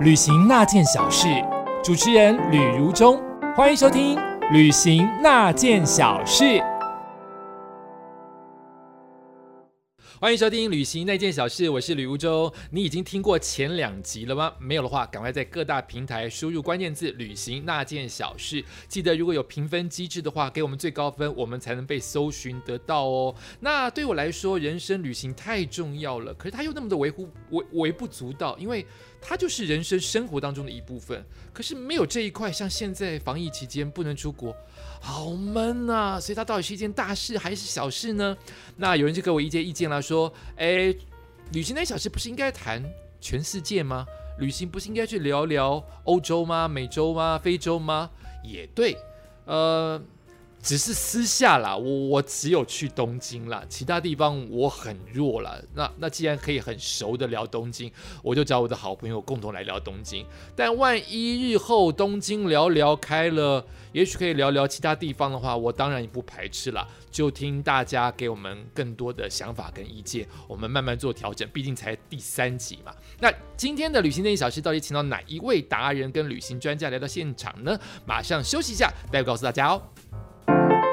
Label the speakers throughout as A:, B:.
A: 旅行那件小事》，主持人吕如中，欢迎收听《旅行那件小事》。欢迎收听《旅行那件小事》，我是吕如洲。你已经听过前两集了吗？没有的话，赶快在各大平台输入关键字“旅行那件小事”。记得如果有评分机制的话，给我们最高分，我们才能被搜寻得到哦。那对我来说，人生旅行太重要了，可是它又那么的微乎微微不足道，因为它就是人生生活当中的一部分。可是没有这一块，像现在防疫期间不能出国，好闷呐、所以它到底是一件大事还是小事呢？那有人就给我一些意见啦，说，哎，旅行那小时不是应该谈全世界吗？旅行不是应该去聊聊欧洲吗、美洲吗、非洲吗？也对，呃，只是私下啦，我我只有去东京啦，其他地方我很弱啦。那那既然可以很熟的聊东京，我就找我的好朋友共同来聊东京。但万一日后东京聊聊开了，也许可以聊聊其他地方的话，我当然也不排斥啦。就听大家给我们更多的想法跟意见，我们慢慢做调整。毕竟才第三集嘛。那今天的旅行那一小时到底请到哪一位达人跟旅行专家来到现场呢？马上休息一下，待会告诉大家哦。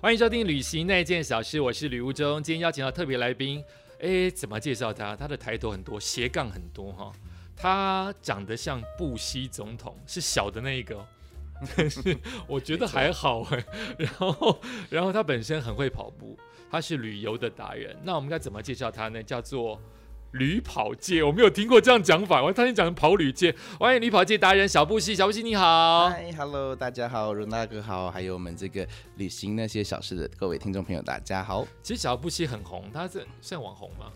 A: 欢迎收听《旅行那件小事》，我是吕务中。今天邀请到特别来宾，诶，怎么介绍他？他的抬头很多，斜杠很多哈、他长得像布希总统，是小的那一个、哦， 但是我觉得还好 哎。然后，然后他本身很会跑步，他是旅游的达人。那我们该怎么介绍他呢？叫做。旅跑界，我没有听过这样讲法。我他先讲跑旅界，欢迎旅跑界达人小布希，小布希你好。
B: 嗨，Hello，大家好，荣大哥好，还有我们这个旅行那些小事的各位听众朋友，大家好。
A: 其实小布希很红，他是算网红吗？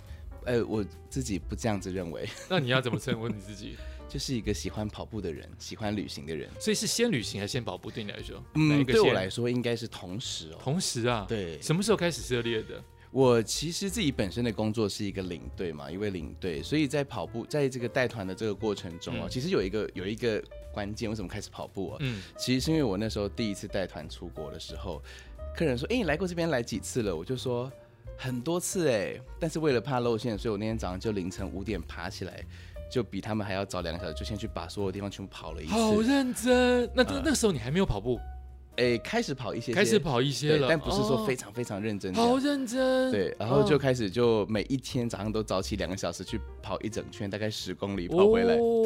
B: 呃，我自己不这样子认为，
A: 那你要怎么称呼你自己？
B: 就是一个喜欢跑步的人，喜欢旅行的人。
A: 所以是先旅行还是先跑步？对你来说，哪一
B: 嗯，
A: 个
B: 对我
A: 先
B: 来说应该是同时哦。
A: 同时啊，，
B: 对，
A: 什么时候开始涉猎的？
B: 我其实自己本身的工作是一个领队嘛，一位领队，所以在跑步，在这个带团的这个过程中哦，
A: 嗯
B: 其实有一个有一个关键，为什么开始跑步哦？
A: 嗯，
B: 其实是因为我那时候第一次带团出国的时候，客人说：“哎、你来过这边来几次了？”我就说：“很多次哎、但是为了怕露馅，所以我那天早上就凌晨五点爬起来，就比他们还要早两个小时，就先去把所有地方全部跑了一
A: 好
B: 次。嗯
A: 认真。那那那时候你还没有跑步，
B: 哎、开始跑一些些，
A: 开始跑一些
B: 对
A: 了，
B: 但不是说
A: 哦
B: 非常非常认真这样。
A: 好认真。
B: 对，然后就
A: 哦
B: 开始就每一天早上都早起两个小时去跑一整圈，大概十公里跑回来。
A: 哦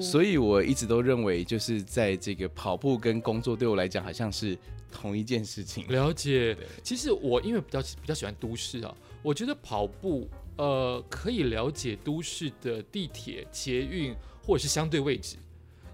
B: 所以我一直都认为，就是在这个跑步跟工作对我来讲，好像是同一件事情。
A: 了解。其实我因为比较比较喜欢都市啊，我觉得跑步呃可以了解都市的地铁、捷运或者是相对位置。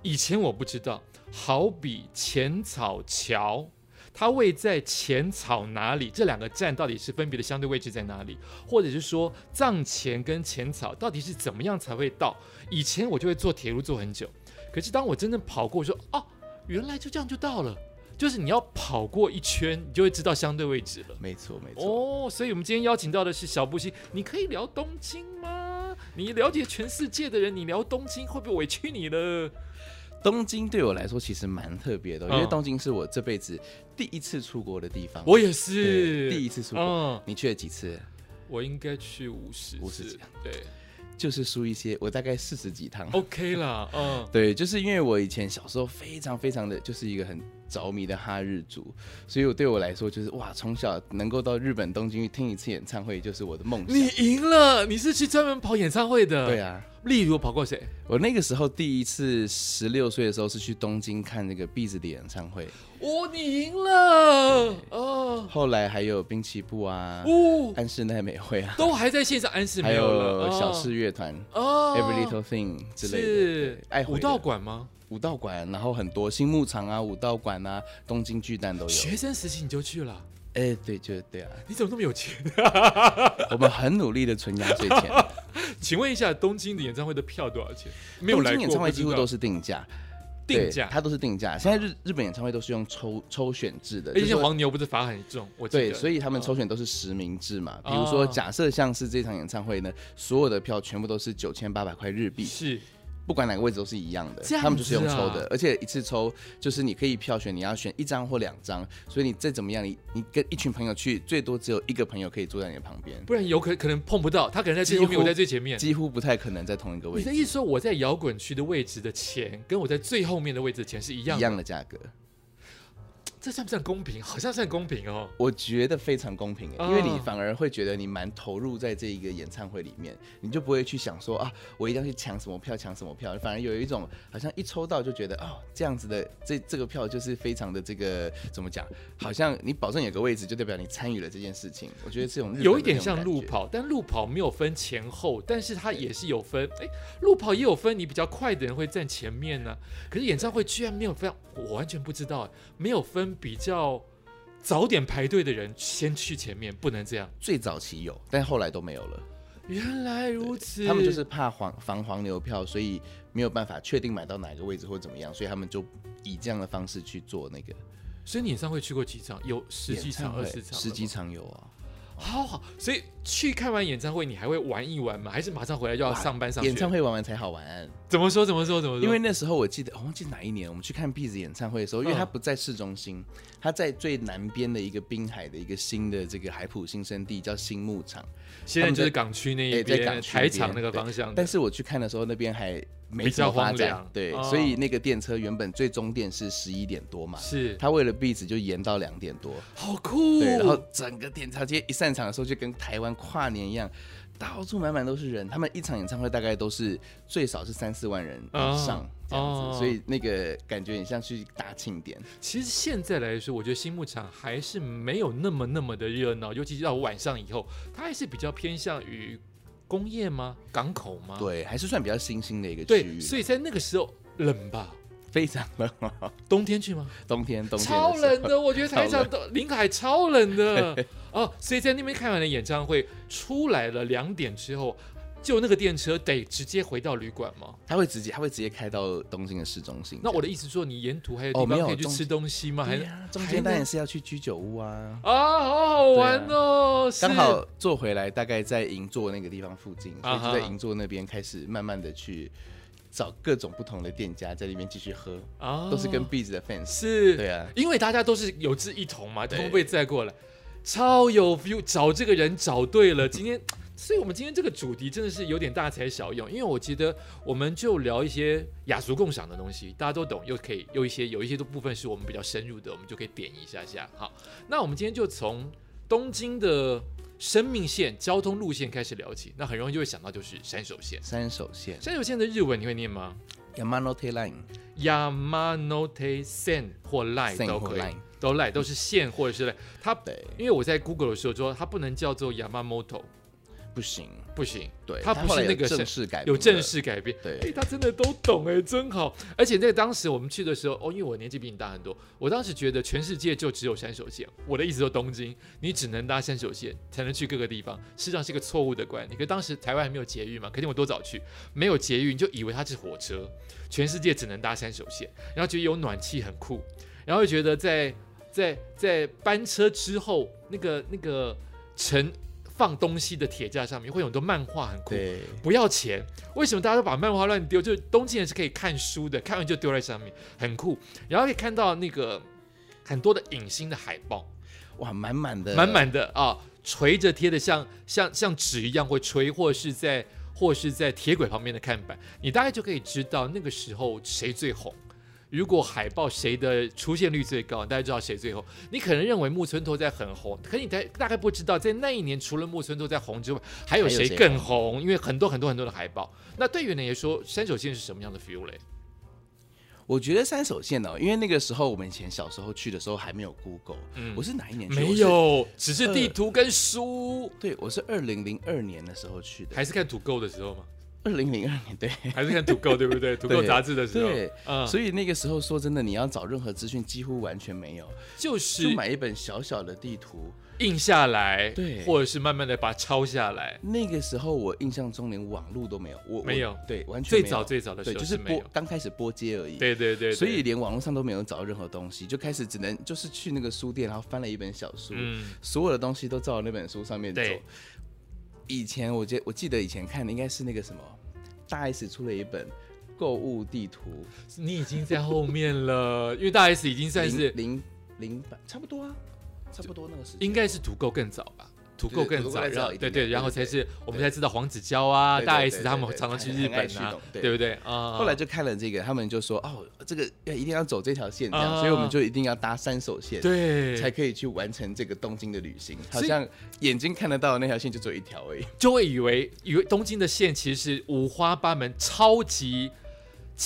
A: 以前我不知道，好比浅草桥。它位在浅草哪里？这两个站到底是分别的相对位置在哪里？或者是说藏前跟浅草到底是怎么样才会到？以前我就会坐铁路坐很久，可是当我真正跑过，我说哦，原来就这样就到了。就是你要跑过一圈，你就会知道相对位置了。
B: 没错，没错。
A: 哦，所以我们今天邀请到的是小布希，你可以聊东京吗？你了解全世界的人，你聊东京会不会委屈你了？
B: 东京对我来说其实蛮特别的，
A: 嗯
B: 因为东京是我这辈子第一次出国的地方。
A: 我也
B: 对
A: 是
B: 第一次出国，
A: 嗯，
B: 你去了几次？
A: 我应该去五十次，
B: 50次
A: 对
B: 就是输一些，我大概四十几趟。
A: ，OK 啦，嗯，
B: 对，就是因为我以前小时候非常非常的就是一个很着迷的哈日族，所以我对我来说就是哇，从小能够到日本东京去听一次演唱会就是我的梦
A: 你
B: 想。
A: 赢了，你是去专门跑演唱会的，
B: 对。啊，
A: 例如我跑过谁？
B: 我那个时候第一次十六岁的时候是去东京看那个 b e 的演唱会，
A: 哦，你赢了，哦，
B: 后来还有滨崎步啊、
A: 哦，
B: 安室奈美惠啊，
A: 都还在线上，安室
B: 还
A: 没了，
B: 有
A: 哦
B: 小室乐团。
A: 哦
B: Every Little Thing 之类的，
A: 是
B: 对爱回
A: 武
B: 的
A: 道馆吗？
B: 武道馆，然后很多新牧场啊、武道馆啊、东京巨蛋都有。
A: 学生时期你就去了，
B: 哎、对，就是对啊，
A: 你怎么那么有钱？
B: 我们很努力的存压岁钱，
A: 请问一下，东京的演唱会的票多少钱？ 没有来过，
B: 东京演唱会
A: 不知
B: 几
A: 道
B: 乎都是定价，
A: 定
B: 对
A: 价。
B: 它都是定价。现在日日本演唱会都是用抽抽选制的，
A: 而且
B: 就是
A: 像
B: 说
A: 黄牛不是罚很重，我记得。
B: 对，所以他们
A: 嗯
B: 抽选都是实名制嘛。比
A: 哦
B: 如说，假设像是这场演唱会呢，所有的票全部都是九千八百块日币，
A: 是
B: 不管哪个位置都是一样的，
A: 这样
B: 他们就是用
A: 子啊
B: 抽的，而且一次抽就是你可以票选，你要选一张或两张，所以你再怎么样，你你跟一群朋友去，最多只有一个朋友可以坐在你的旁边，
A: 不然有可可能碰不到，他可能在最后
B: 几
A: 面，
B: 乎
A: 我在最前面。
B: 几乎不太可能在同一个位
A: 你的
B: 置
A: 意思说我在摇滚区的位置的钱，跟我在最后面的位置的钱是一样
B: 一
A: 的？
B: 样的价格。
A: 这算不算公平？好像算公平哦。
B: 我觉得非常公平耶，欸
A: 哦
B: 因为你反而会觉得你蛮投入在这一个演唱会里面，你就不会去想说啊，我一定要去抢什么票，抢什么票，反而有一种好像一抽到就觉得哦，这样子的这这个票就是非常的这个怎么讲，好像你保证有个位置，就代表你参与了这件事情。我觉得这种日本的
A: 有一
B: 那
A: 点
B: 种
A: 像
B: 感
A: 路
B: 觉，
A: 跑，但路跑没有分前后，但是它也是有分。哎，路跑也有分，你比较快的人会站前面呢、可是演唱会居然没有分，我完全不知道，没有分比较早点排队的人先去前面，不能这样。
B: 最早期有，但后来都没有了。
A: 原来如此，
B: 他们就是怕黄防黄牛票，所以没有办法确定买到哪个位置或怎么样，所以他们就以这样的方式去做那个
A: 所以你演唱会去过几场？有十几
B: 演
A: 场、
B: 唱
A: 二
B: 会
A: 十场了吗，
B: 十几场有啊。
A: 好好，所以去看完演唱会，你还会玩一玩吗？还是马上回来就要上班上学？
B: 演唱会玩完才好玩，
A: 怎么说？怎么说？怎么说？
B: 因为那时候我记得，我忘记哪一年，我们去看 b e 演唱会的时候，因为
A: 嗯
B: 他不在市中心，他在最南边的一个滨海的一个新的这个海浦新生地叫新牧场。
A: 现在就是港区那一
B: 哎在
A: 边、
B: 港区
A: 台场那
B: 边
A: 个
B: 对
A: 方向的，
B: 但是我去看的时候，那边还
A: 嗯
B: 没
A: 比
B: 什
A: 较
B: 么发
A: 荒
B: 展
A: 凉，
B: 对，
A: 哦
B: 所以那个电车原本最终电是十一点多嘛，
A: 是
B: 他为了 b e 就延到两点多。
A: 好酷。
B: 对，然后整个电车街一散场的时候，就跟台湾跨年一样，到处满满都是人。他们一场演唱会大概都是最少是三四万人
A: 哦
B: 以上这样子，
A: 哦
B: 所以那个感觉很像去大庆典。
A: 其实现在来说，我觉得新牧场还是没有那么那么的热闹，尤其是到晚上以后，它还是比较偏向于工业吗？港口吗？
B: 对，还是算比较新兴的一个区
A: 哦对，
B: 域，
A: 所以在那个时候冷吧，
B: 非常冷哦，
A: 冬天去吗？
B: 冬天冬天的时候
A: 超冷的，我觉得台
B: 超
A: 场 的林海超冷的哦，所以在那边看完了演唱会，出来了两点之后，就那个电车得直接回到旅馆吗？
B: 他会直接他会直接开到东京的市中心。
A: 那我的意思说，你沿途还有
B: 哦
A: 地
B: 没
A: 方
B: 有
A: 可以去
B: 中
A: 吃东西吗？还
B: 对呀中间当然是要去居酒屋啊。
A: 啊，好好玩哦！是
B: 刚好坐回来，大概在银座那个地方附近，所以
A: 啊哈
B: 就在银座那边开始慢慢的去找各种不同的店家，在那边继续喝。
A: 啊
B: 都是跟 b e s 的 fans。
A: 是，
B: 对啊，
A: 因为大家都是有志一同嘛，
B: 对
A: 通被载过来，超有 view，找这个人找对了。今天，所以我们今天这个主题真的是有点大材小用，因为我觉得我们就聊一些雅俗共赏的东西，大家都懂，又可以有一些有一些部分是我们比较深入的，我们就可以点一下下。好，那我们今天就从东京的生命线、交通路线开始聊起，那很容易就会想到就是山手线。
B: 山手线
A: 山手线的日文你会念吗
B: Yamanote Line
A: ？Yamanote Sen 或 Line 哎都
B: Senko
A: 可以。
B: Line，
A: 都赖都是线或者是赖，它
B: 对，
A: 因为我在 Google 的时候说它不能叫做 Yamamoto，
B: 不行，
A: 不行，
B: 对，
A: 它
B: 它
A: 不是
B: 后来有
A: 那个
B: 正
A: 省
B: 式改，
A: 有正，式改变。哎、
B: 对，
A: 他真的都懂哎、真好！而且在当时我们去的时候，哦，因为我年纪比你大很多，我当时觉得全世界就只有山手线。我的意思说，东京你只能搭山手线才能去各个地方，事实上是一个错误的观念。可当时台湾还没有捷运嘛，肯定我多早去，没有捷运你就以为它是火车，全世界只能搭山手线，然后觉得有暖气很酷，然后又觉得在在在班车之后那个那个 乘放东西的铁架上面会有很多漫画，很酷。
B: 对，
A: 不要钱，为什么大家都把漫画乱丢？就是东京人是可以看书的，看完就丢在上面，很酷。然后可以看到那个很多的影星的海报，
B: 哇，满满的，
A: 满，满的啊，垂着贴的像像像纸一样会垂，或是在或是在铁轨旁边的看板，你大概就可以知道那个时候谁最红。如果海报谁的出现率最高，大家知道谁最红。你可能认为木村拓哉很红，可你大大概不知道，在那一年除了木村拓哉红之外，还有谁
B: 还有谁
A: 更红？因为很多很多很多的海报。那对于你来说，山手线是什么样的 feel 嘞？
B: 我觉得山手线哦，因为那个时候我们以前小时候去的时候还没有 Google，
A: 嗯
B: 我是哪一年去？
A: 没
B: 我是，
A: 有，只是地图跟书，
B: 对，我是二零零二年的时候去的，
A: 还是看土购的时候吗？
B: 二零零二年，对，
A: 还是看土购对不对？土购
B: 对
A: 杂志的时候，
B: 对
A: 嗯，
B: 所以那个时候说真的，你要找任何资讯几乎完全没有，
A: 就是
B: 就买一本小小的地图，
A: 印下来，
B: 对
A: 或者是慢慢的把它抄下来。
B: 那个时候我印象中连网络都没有，我我
A: 没有
B: 对，完全
A: 最
B: 没有
A: 早最早的时
B: 对，
A: 候
B: 就是
A: 没
B: 播
A: 有，
B: 刚开始播街而已。
A: 对对对对，
B: 所以连网络上都没有找到任何东西，就开始只能就是去那个书店，然后翻了一本小书，
A: 嗯，
B: 所有的东西都照那本书上面走
A: 对。
B: 以前我记我记得以前看的应该是那个什么，大 S 出了一本《购物地图，
A: 你已经在后面了，因为大 S 已经算是
B: 零零零版差不多啊，差不多那个时间
A: 应该是土购更早吧。土购
B: 对
A: 更
B: 土购
A: 早，
B: 更
A: 然后
B: 早一
A: 对
B: 点
A: 对，
B: 对
A: 然后
B: 对
A: 才
B: 对
A: 是我们才知道黄子佼啊、
B: 对对
A: 大
B: 对
A: S
B: 对
A: 他们
B: 对
A: 常常
B: 很
A: 去
B: 很
A: 日
B: 爱
A: 本
B: 去
A: 啊
B: 懂，对
A: 对不对啊？
B: 后来就看了这个，他们就说哦，这个要一定要走这条线，这样，
A: 啊
B: 所以我们就一定要搭三手线，，
A: 对，
B: 才可以去完成这个东京的旅行。好
A: 所以
B: 像眼睛看得到的那条线就只有一条而已。
A: 就会以为以为东京的线其实是五花八门，超级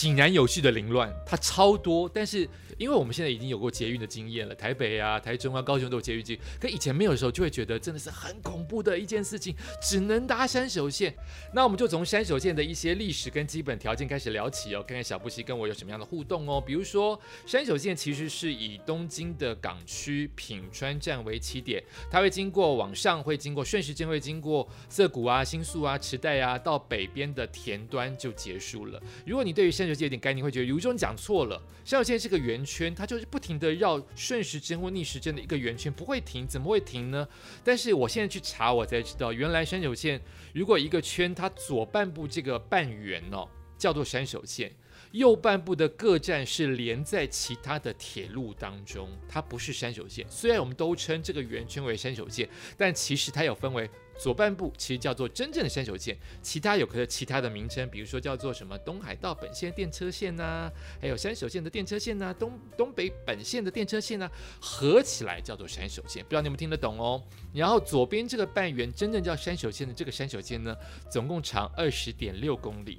A: 井然有序的凌乱，它超多。但是因为我们现在已经有过捷运的经验了，台北啊、台中啊、高雄都有捷运经，可以前没有的时候，就会觉得真的是很恐怖的一件事情，只能搭山手线。那我们就从山手线的一些历史跟基本条件开始聊起哦，看看小布希跟我有什么样的互动哦。比如说，山手线其实是以东京的港区品川站为起点，它会经过往上，会经过顺时针，会经过涩谷啊、新宿啊、池袋啊，到北边的田端就结束了。如果你对于山手线有点概念，会觉得有一种讲错了。山手线是个圆圈，它就是不停的绕顺时针或逆时针的一个圆圈，不会停，怎么会停呢？但是我现在去查，我才知道，原来山手线如果一个圈，它左半部这个半圆哦，叫做山手线。右半部的各站是连在其他的铁路当中，它不是山手线。虽然我们都称这个圆圈为山手线，但其实它有分为左半部，其实叫做真正的山手线，其他有个其他的名称，比如说叫做什么东海道本线电车线呐、还有山手线的电车线呐、啊东东北本线的电车线呐、啊合起来叫做山手线。不知道你们听得懂哦。然后左边这个半圆真正叫山手线的这个山手线呢，总共长二十点六公里。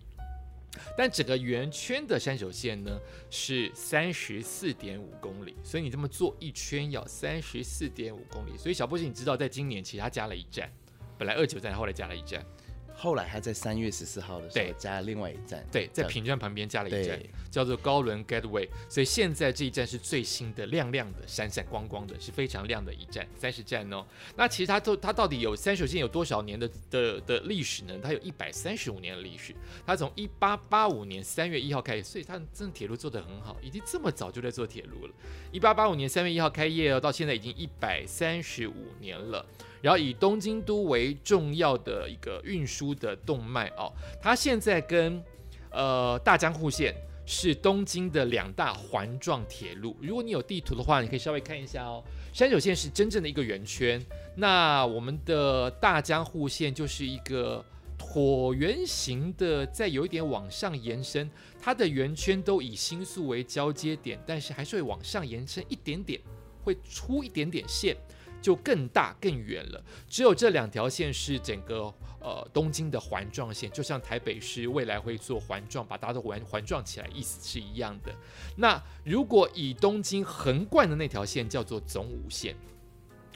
A: 但整个圆圈的山手线呢是三十四点五公里，所以你这么做一圈要三十四点五公里。所以小波士，你知道，在今年其实它加了一站，本来二九站，后来加了一站，
B: 后来他在三月十四号的时候
A: 对
B: 加了另外一站，
A: 对，在
B: 叫
A: 平站旁边加了一站
B: 对，
A: 叫做高伦 Gateway。所以现在这一站是最新的，亮亮的、闪闪光光的，是非常亮的一站，三十站哦。那其实它都它到底有三手线有多少年的的的历史呢？它有一百三十五年的历史，它从一八八五年三月一号开始，所以它真的铁路做得很好，已经这么早就在做铁路了。一八八五年三月一号开业哦，到现在已经一百三十五年了。然后以东京都为重要的一个运输的动脉哦，它现在跟呃大江户线是东京的两大环状铁路。如果你有地图的话，你可以稍微看一下哦。山手线是真正的一个圆圈，那我们的大江户线就是一个椭圆形的，再有一点往上延伸，它的圆圈都以新宿为交接点，但是还是会往上延伸一点点，会出一点点线。就更大更远了，只有这两条线是整个呃东京的环状线，就像台北市未来会做环状，把大家都环环状起来，意思是一样的。那如果以东京横贯的那条线叫做总武线，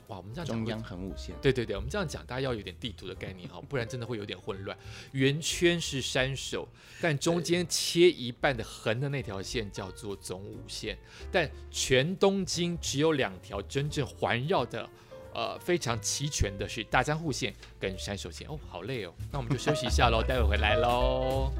A: 哇，我们这样讲
B: 中
A: 会
B: 央横五线。
A: 对对对，我们这样讲，大家要有点地图的概念哈，不然真的会有点混乱。圆圈是山手，但中间切一半的横的那条线叫做总武线，但全东京只有两条真正环绕的。呃，非常齐全的是大江户线跟山手线哦，好累哦，那我们就休息一下喽，待会回来喽。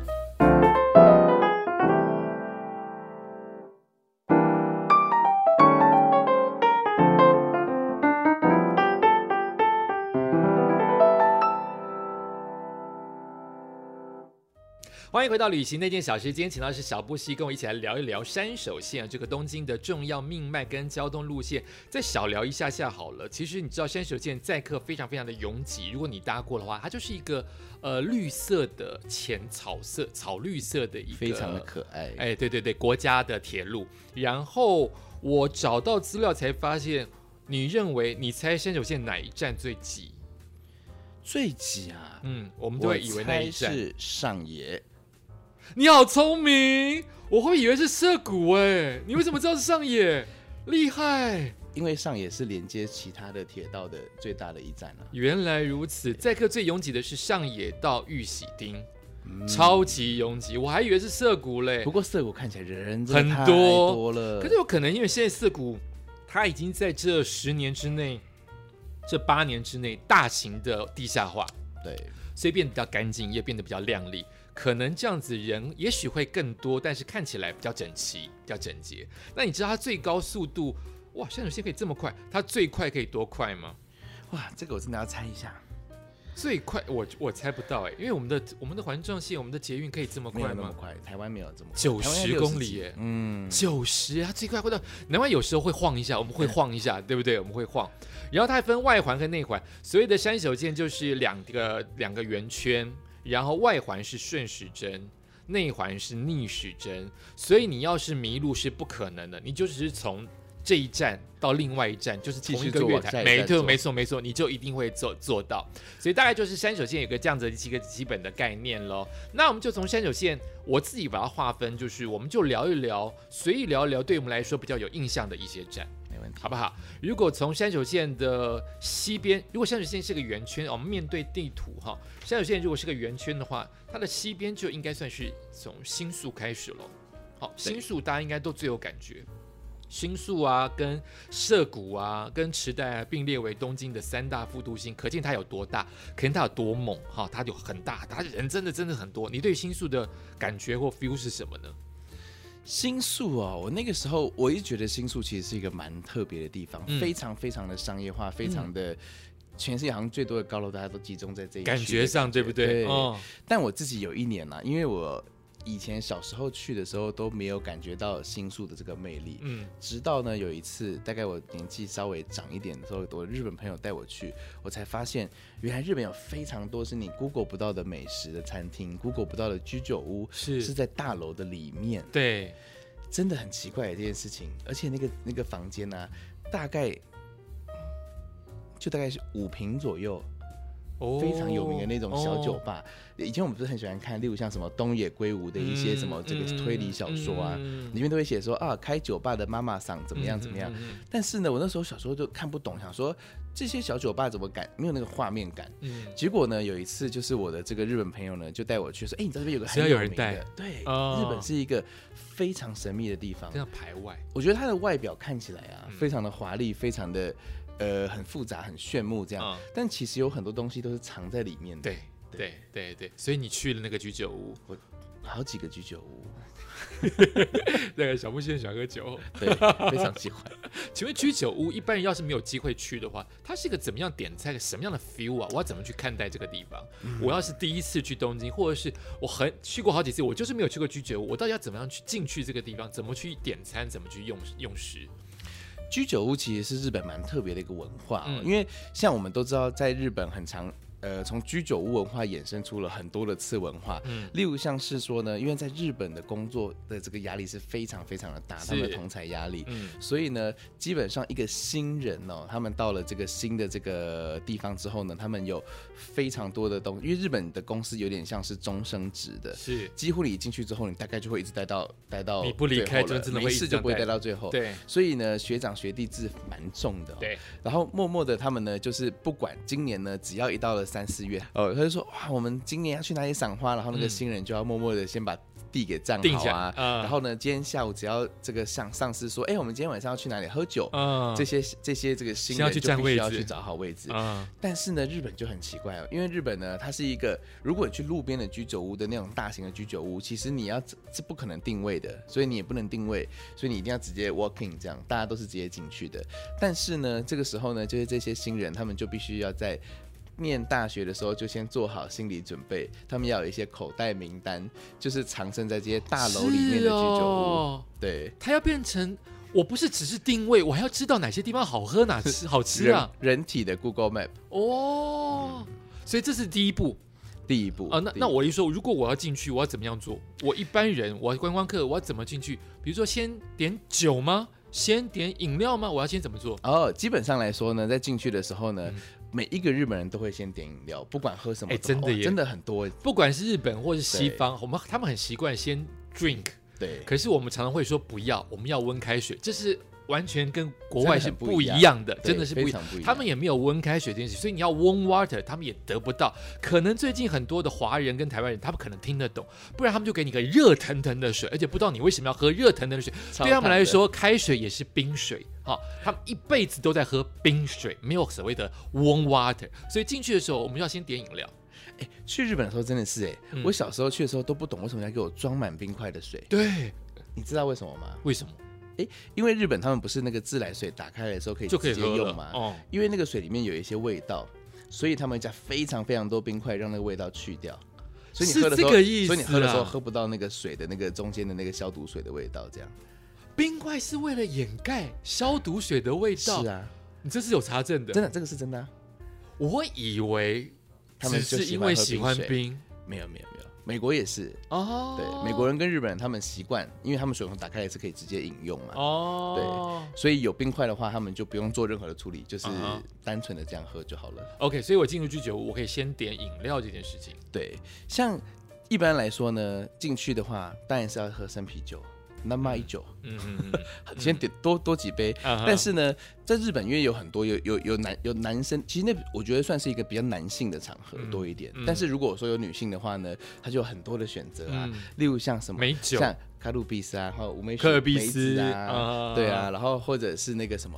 A: 欢迎回到旅行那件小事。今天请到的是小布希，跟我一起来聊一聊山手线这个东京的重要命脉跟交通路线。再小聊一下下好了。其实你知道山手线载客非常非常的拥挤，如果你搭过的话，它就是一个呃绿色的浅草色、草绿色的一个
B: 非常的可爱，
A: 哎，对对对，国家的铁路。然后我找到资料才发现，你认为你猜山手线哪一站最挤？
B: 最挤啊！
A: 嗯，我们都
B: 我
A: 会以为那
B: 猜
A: 一站。
B: 是上野，
A: 你好聪明，我会以为是涩谷哎、你为什么知道是上野？厉害！
B: 因为上野是连接其他的铁道的最大的一站啊。
A: 原来如此，载客最拥挤的是上野到玉喜町，超级拥挤，我还以为是涩谷嘞
B: 嗯不。过涩谷看起来人真的
A: 很
B: 太
A: 多
B: 多了，
A: 可是有可能因为现在涩谷，它已经在这十年之内，这八年之内大型的地下化，
B: 对，
A: 所以变得比较干净，也变得比较亮丽。可能这样子人也许会更多，但是看起来比较整齐、比较整洁。那你知道它最高速度哇，山手线可以这么快？它最快可以多快吗？
B: 哇，这个我真的要猜一下，
A: 最快我我猜不到哎、因为我们的我们的环状线，我们的捷运可以这么
B: 没有
A: 快
B: 那么
A: 吗？
B: 快，嗯台湾没有这么快
A: 九
B: 台湾
A: 十
B: 60
A: 公里
B: 几
A: 耶，
B: 嗯，
A: 九十啊，最快快到，难怪有时候会晃一下，我们会晃一 下，对不对？我们会晃。然后它还分外环和内环，所谓的山手线就是两个两个圆圈，然后外环是顺时针，内环是逆时针，所以你要是迷路是不可能的，你就只是从。这一站到另外一站就是
B: 继
A: 同一
B: 续
A: 个
B: 再往
A: 月
B: 下
A: 台，
B: 一
A: 没
B: 站
A: 错，
B: 走
A: 没错，没错，你就一定会做做到。所以大概就是山手线有个这样子的一个基本的概念喽。那我们就从山手线，我自己把它划分，就是我们就聊一聊，随意聊一聊，对我们来说比较有印象的一些站，
B: 没问题。
A: 好不好？如果从山手线的西边，如果山手线是个圆圈，我们面对地图哈，山手线如果是个圆圈的话，它的西边就应该算是从新宿开始喽。好，新宿大家应该都最有感觉。新宿啊，跟涉谷啊，跟池袋啊并列为东京的三大副都心，可见它有多大，可见它有多猛哈、它有很大，它人真的真的很多。你对新宿的感觉或 feel 是什么呢？
B: 新宿哦，我那个时候我一直觉得新宿其实是一个蛮特别的地方，
A: 嗯
B: 非常非常的商业化，非常的、全世界好像最多的高楼，大家都集中在这一区
A: 感觉上对不对？
B: 对
A: 嗯
B: 但我自己有一年啦、因为我以前小时候去的时候都没有感觉到新宿的这个魅力，
A: 嗯，
B: 直到呢有一次，大概我年纪稍微长一点的时候，我日本朋友带我去，我才发现原来日本有非常多是你 Google 不到的美食的餐厅，Google 不到的居酒屋，
A: 是
B: 是在大楼的里面，
A: 对，
B: 真的很奇怪的这件事情。而且那个那个房间呢、大概就大概是五平左右，
A: 哦
B: 非常有名的那种小酒吧。以前我们不是很喜欢看，例如像什么东野圭吾的一些什么这个推理小说啊，里面都会写说啊，开酒吧的妈妈桑怎么样怎么
A: 嗯
B: 样。但是呢，我那时候小时候就看不懂，想说这些小酒吧怎么敢没有那个画面感。
A: 嗯嗯
B: 结果呢，有一次就是我的这个日本朋友呢，就带我去说，哎、你知道这边有个
A: 只要
B: 很
A: 有
B: 名
A: 人带
B: 的，对，
A: 哦
B: 日本是一个非常神秘的地方
A: 这。样排外，
B: 我觉得它的外表看起来啊，
A: 嗯
B: 非常的华丽，非常的呃很复杂、很炫目这样，
A: 嗯
B: 但其实有很多东西都是藏在里面的。
A: 对对对对，所以你去了那个居酒 屋，
B: 好几个居酒 屋，
A: 那个小木先生喜欢喝酒。
B: 对，非常喜欢。
A: 请问居酒屋一般人要是没有机会去的话，它是一个怎么样点菜，什么样的 feel 啊？我要怎么去看待这个地方？我要是第一次去东京，或者是我很去过好几次，我就是没有去过居酒屋，我到底要怎么样去进去这个地方？怎么去点餐？怎么去用用食？
B: 居酒屋其实是日本蛮特别的一个文化、哦，
A: 嗯
B: 因为像我们都知道，在日本很常。呃，从居酒屋文化衍生出了很多的次文化，
A: 嗯
B: 例如像是说呢，因为在日本的工作的这个压力是非常非常的大，他们
A: 是
B: 的同才压力，
A: 嗯
B: 所以呢，基本上一个新人哦，他们到了这个新的这个地方之后呢，他们有非常多的东因为日本的公司有点像是终生制的，
A: 是
B: 几乎你进去之后，你大概就会一直待到待到
A: 你不离开
B: 最后了
A: 就真的会
B: 没
A: 一直
B: 事
A: 这
B: 就
A: 样
B: 不会
A: 待
B: 待到最后，
A: 对
B: 所以呢，学长学弟制蛮重的、哦。
A: 对，
B: 然后默默的他们呢，就是不管今年呢，只要一到了三四月，呃，他就说哇，我们今年要去哪里赏花，然后那
A: 嗯
B: 个新人就要默默的先把地给占
A: 定
B: 好
A: 下
B: 啊，
A: 嗯
B: 然后呢，今天下午只要这个上上司说，哎，我们今天晚上要去哪里喝酒，
A: 嗯
B: 这些这些这个新
A: 先要
B: 人
A: 去
B: 就
A: 占
B: 必
A: 位
B: 须要
A: 置
B: 去找好位置。
A: 嗯
B: 但是呢，日本就很奇怪哦，因为日本呢，它是一个如果你去路边的居酒屋的那种大型的居酒屋，其实你要呃是不可能定位的，所以你也不能定位，所以你一定要直接 walking 这样，大家都是直接进去的。但是呢，这个时候呢，就是这些新人他们就必须要在。念大学的时候就先做好心理准备，他们要有一些口袋名单，就是藏身在这些大楼里面的居
A: 是
B: 酒屋。
A: 哦
B: 对，
A: 它要变成我不是只是定位，我还要知道哪些地方好喝，哪 吃好吃啊？
B: 人人体的 Google Map
A: 哦，所以这是第一步。
B: 第一步
A: 啊，那
B: 第一
A: 那我一说，如果我要进去，我要怎么样做？我一般人，我观光客，我要怎么进去？比如说，先点酒吗？先点饮料吗？我要先怎么做？
B: 哦，基本上来说呢，在进去的时候呢，
A: 嗯
B: 每一个日本人都会先点饮料，不管喝什么
A: 哎
B: 都好，
A: 真的
B: 哇
A: 耶
B: 真的很多。
A: 不管是日本或是西方，我们他们很习惯先 drink，
B: 对，
A: 可是我们常常会说不要，我们要温开水，这是完全跟国外是
B: 真的很不
A: 不一
B: 一样
A: 样的，
B: 对
A: 真的是不一
B: 非
A: 样。
B: 常不一样。
A: 他们也没有温开水这件事，所以你要温 water，他们也得不到。可能最近很多的华人跟台湾人，他们可能听得懂，不然他们就给你个热腾腾的水，而且不知道你为什么要喝热腾腾的水。
B: 超
A: 对他们
B: 烫
A: 来
B: 的，
A: 说，开水也是冰水，哈、他们一辈子都在喝冰水，没有所谓的 warm water。所以进去的时候，我们要先点饮料。
B: 去日本的时候真的是哎、
A: 嗯
B: 我小时候去的时候都不懂为什么要给我装满冰块的水，
A: 对，
B: 你知道为什么吗？
A: 为什么
B: 因为日本他们不是那个自来水打开来的时候可以
A: 就可以
B: 直接
A: 喝
B: 用
A: 了
B: 吗？？
A: 哦，
B: 因为那个水里面有一些味道，所以他们加非常非常多冰块，让那个味道去掉。所以你
A: 是
B: 喝的时候，
A: 这个意
B: 所以你喝的
A: 思
B: 时候
A: 啊
B: 喝不到那个水的那个中间的那个消毒水的味道，这样。
A: 冰块是为了掩盖消毒水的味道，
B: 是啊，
A: 你这是有查证的。
B: 真的，这个是真的、啊。
A: 我以为
B: 他
A: 只
B: 们就是喜
A: 因
B: 欢
A: 为
B: 喝
A: 喜
B: 冰
A: 欢
B: 水
A: 冰
B: 没有没有没有，美国也是，
A: 哦，
B: 对，美国人跟日本人他们习惯，因为他们水龙头打开来是可以直接饮用嘛，
A: 哦，
B: 所以有冰块的话，他们就不用做任何的处理，就是
A: 嗯哼
B: 单纯的这样喝就好了。
A: OK，所以我进入居酒屋，我可以先点饮料这件事情。
B: 对，像一般来说呢，进去的话当然是要喝生啤酒。那么一酒，
A: 嗯嗯嗯，
B: 先点多多几杯。
A: 嗯哼
B: 但是呢，在日本因为有很多有有有男有男生，其实那我觉得算是一个比较男性的场合多一点。
A: 嗯
B: 但是如果说有女性的话呢，她就有很多的选择啊，
A: 嗯
B: 例如像什么
A: 美酒
B: 像卡路比斯啊，还有梅
A: 科尔必
B: 梅
A: 斯
B: 子啊，
A: 啊
B: 对啊，，然后或者是那个什么，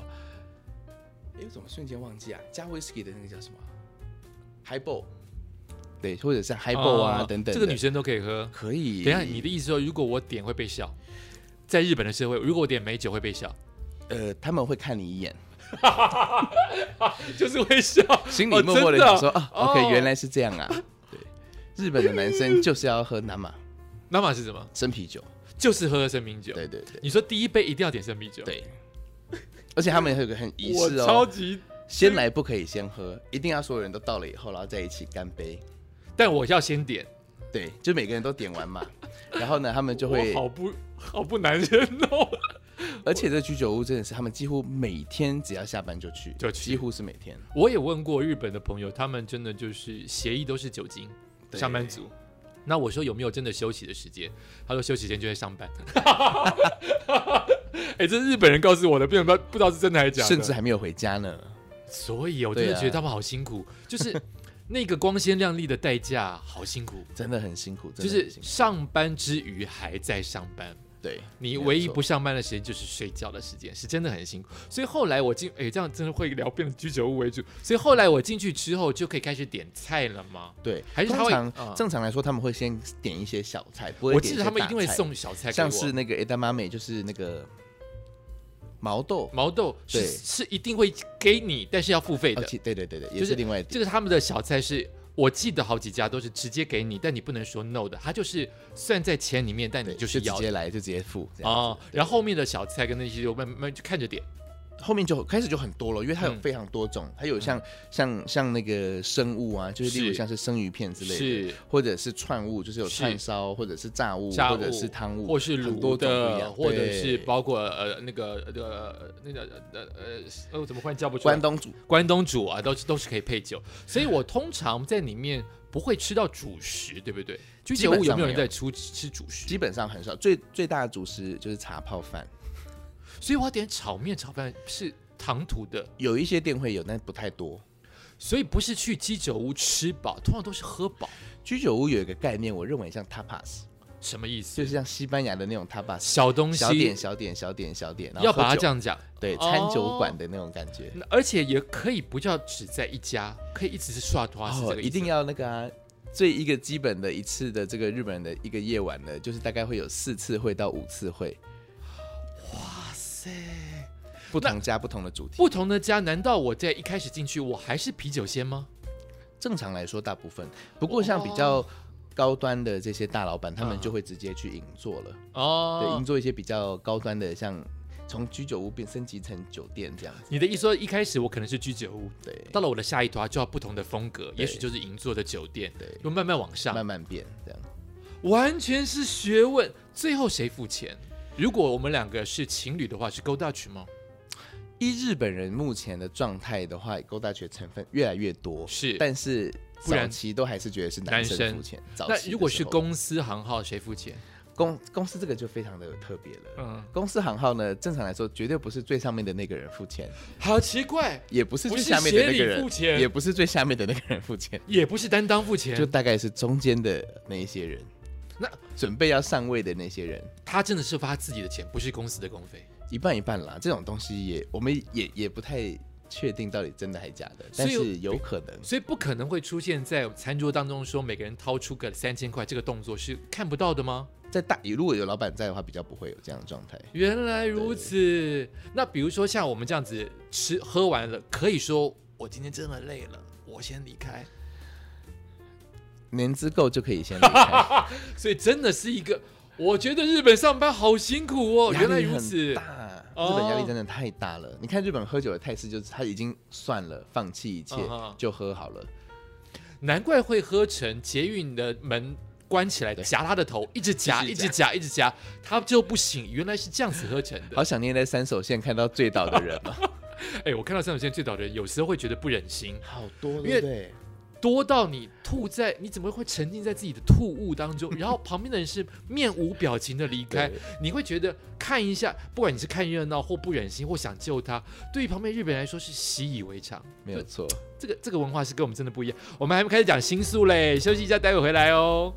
B: 哎，我怎么瞬间忘记啊？加威士忌的那个叫什么？Highball，对，或者是 Highball 啊等等的。
A: 嗯这个女生都可以喝。
B: 可以。
A: 等一下，你的意思说，如果我点会被笑？在日本的社会，如果我点美酒会被笑，
B: 呃，他们会看你一眼，
A: 就是会笑。 哦
B: 心里默默的想说
A: 真的
B: 啊，OK，
A: 哦
B: 原来是这样啊。对，日本的男生就是要喝 Nama
A: 那么是什么？
B: 生啤酒，
A: 就是喝生啤酒。
B: 对对对
A: 你说第一杯一定要点生啤酒，，
B: 对。而且他们也会有个很仪
A: 我
B: 式
A: 超
B: 哦，
A: 级，
B: 先来不可以先喝，一定要所有人都到了以后，然后在一起干杯。
A: 但我要先点，
B: 对，就每个人都点完嘛，然后呢，他们就
A: 我
B: 会，
A: 好不好不男人哦。
B: 而且这居酒屋真的是他们几乎每天只要下班就去，
A: 就去
B: 几乎是每天。
A: 我也问过日本的朋友，他们真的就是协议都是酒精，
B: 对
A: 上班族。那我说有没有真的休息的时间？他说休息时间就在上 班。哎、这是日本人告诉我的，不然不知道不知道是真的还是假的。
B: 甚至还没有回家呢。
A: 所以我真的
B: 对啊
A: 觉得他们好辛苦，就是那个光鲜亮丽的代价好辛苦，
B: 真的很辛苦，真
A: 就
B: 的很
A: 是
B: 辛苦
A: 上班之余还在上班。
B: 对
A: 你
B: 没有
A: 唯一
B: 错
A: 不上班的时间就是睡觉的时间，是真的很辛苦。所以后来我进，哎、这样真的会聊变得居酒屋为主。所以后来我进去之后就可以开始点菜了吗？
B: 对，
A: 还是他
B: 通
A: 会
B: 常、
A: 嗯
B: 正常来说他们会先点一些小菜，不会
A: 我
B: 点
A: 记
B: 一
A: 得
B: 些
A: 他们一
B: 大
A: 定会
B: 菜，
A: 送小菜给
B: 像
A: 我，
B: 是那个 edamame，就是那个毛豆，
A: 毛豆是
B: 对
A: 是一定会给你，但是要付费的
B: 哦。其对对对对，也
A: 就是
B: 是另外一点。
A: 这个他们的小菜是我记得好几家都是直接给你，但你不能说 no 的，它就是算在钱里面，但你
B: 对，
A: 就是
B: 直
A: 要
B: 接来就直接付这样子
A: 哦。然后后面的小菜跟那些就慢慢就看着点，
B: 后面就开始就很多了，因为它有
A: 嗯
B: 非常多种，它有像、像像那个生物啊，就是例如
A: 是
B: 像是生鱼片之类的，
A: 是
B: 或者是串物，就是有
A: 是
B: 串烧或者是炸物，
A: 炸物
B: 或者是汤物，
A: 或是
B: 很
A: 卤
B: 多种不一
A: 的，
B: 样
A: 或者是
B: 对
A: 包括呃那个呃那个呃呃呃我怎么忽然叫不出来
B: 关？东煮。
A: 关东煮啊，都是都是可以配酒，所以我通常在里面不会吃到主食，对不对？居酒屋有没有人在出吃主食
B: 基？本上很少，最最大的主食就是茶泡饭，
A: 所以我要点炒面、炒饭是糖涂的，
B: 有一些店会有，但不太多。
A: 所以不是去鸡酒屋吃饱，通常都是喝饱。
B: 居酒屋有一个概念，我认为像 tapas，
A: 什么意思？
B: 就是像西班牙的那种 tapas，
A: 小东西
B: 小点小点小点小点，然后
A: 要
B: 喝
A: 把它
B: 酒
A: 这样讲，
B: 对
A: 哦
B: 餐酒馆的那种感觉。
A: 那而且也可以不叫只在一家，可以一直是刷拖，是这个意思
B: 哦一定要那个啊，最一个基本的一次的这个日本人的一个夜晚呢，就是大概会有四次会到五次会，
A: 哇塞。
B: 不同家不同的主题。
A: 不同的家，难道我在一开始进去我还是啤酒先吗？
B: 正常来说大部分，不过像比
A: 哦
B: 较高端的这些大老板，他们就会直接去银座了。
A: 嗯
B: 对，
A: 哦
B: 营，做一些比较高端的，像从居酒屋变升级成酒店这样子。
A: 你的意思说一开始我可能是居酒屋，
B: 对，
A: 到了我的下一团就要不同的风格，也许就是银座的酒店，
B: 对
A: 就慢慢往上，
B: 慢慢变这样。
A: 完全是学问。最后谁付钱？如果我们两个是情侣的话，是 Go Dutch 吗？
B: 依日本人目前的状态的话，勾大学成分越来越多，
A: 是
B: 但是
A: 不
B: 早
A: 然
B: 期都还是觉得是男
A: 男
B: 生
A: 生
B: 付钱。早期的时
A: 那
B: 候
A: 如果是公司行号，谁付钱？
B: 公公司这个就非常的有特别了。
A: 嗯，
B: 公司行号呢，正常来说绝对不是最上面的那个人付钱，
A: 好奇怪，
B: 也不是
A: 不
B: 最
A: 是
B: 下面的那个
A: 协理
B: 人
A: 付钱
B: 也不是最下面的那个人付钱，
A: 也不是担当付
B: 就
A: 钱，
B: 大概是中间的那一些人，
A: 那
B: 准备要上位的那些人。
A: 他真的是发自己的钱，不是公司的公费。
B: 一半一半啦，这种东西也我们也也不太确定到底真的还假的，
A: 所
B: 但
A: 以
B: 是有可能。
A: 所以不可能会出现在餐桌当中说每个人掏出个三千块这个动作是看不到的吗？
B: 在大如果有老板在的话，比较不会有这样的状态。
A: 原来如此。那比如说像我们这样子吃喝完了，可以说我今天真的累了，我先离开。
B: 年资够就可以先离 开。
A: 所以真的是一个，我觉得日本上班好辛苦哦，
B: 压
A: 原来
B: 力
A: 如
B: 很
A: 此
B: 大，日本压力真的太大了。你看日本喝酒的态势，就是他已经算了，放弃一切
A: 嗯哼
B: 就喝好了。
A: 难怪会喝成捷运的门关起来，
B: 对
A: 夹他的头，一直夹，一
B: 一
A: 直
B: 直
A: 夹，一直夹，他就不醒。原来是这样子喝成的
B: 好。想念在三手线看到醉倒的人啊，
A: 哎，我看到三手线醉倒的人，有时候会觉得不忍心，
B: 好多，
A: 对不
B: 对？
A: 多到你吐在，你怎么会沉浸在自己的吐物当中？然后旁边的人是面无表情的离开
B: 对，
A: 你会觉得看一下，不管你是看热闹或不忍心或想救他，对于旁边日本人来说是习以为常。
B: 没有错。
A: 这个这个文化是跟我们真的不一样。我们还没开始讲新宿嘞，休息一下，待会回来哦。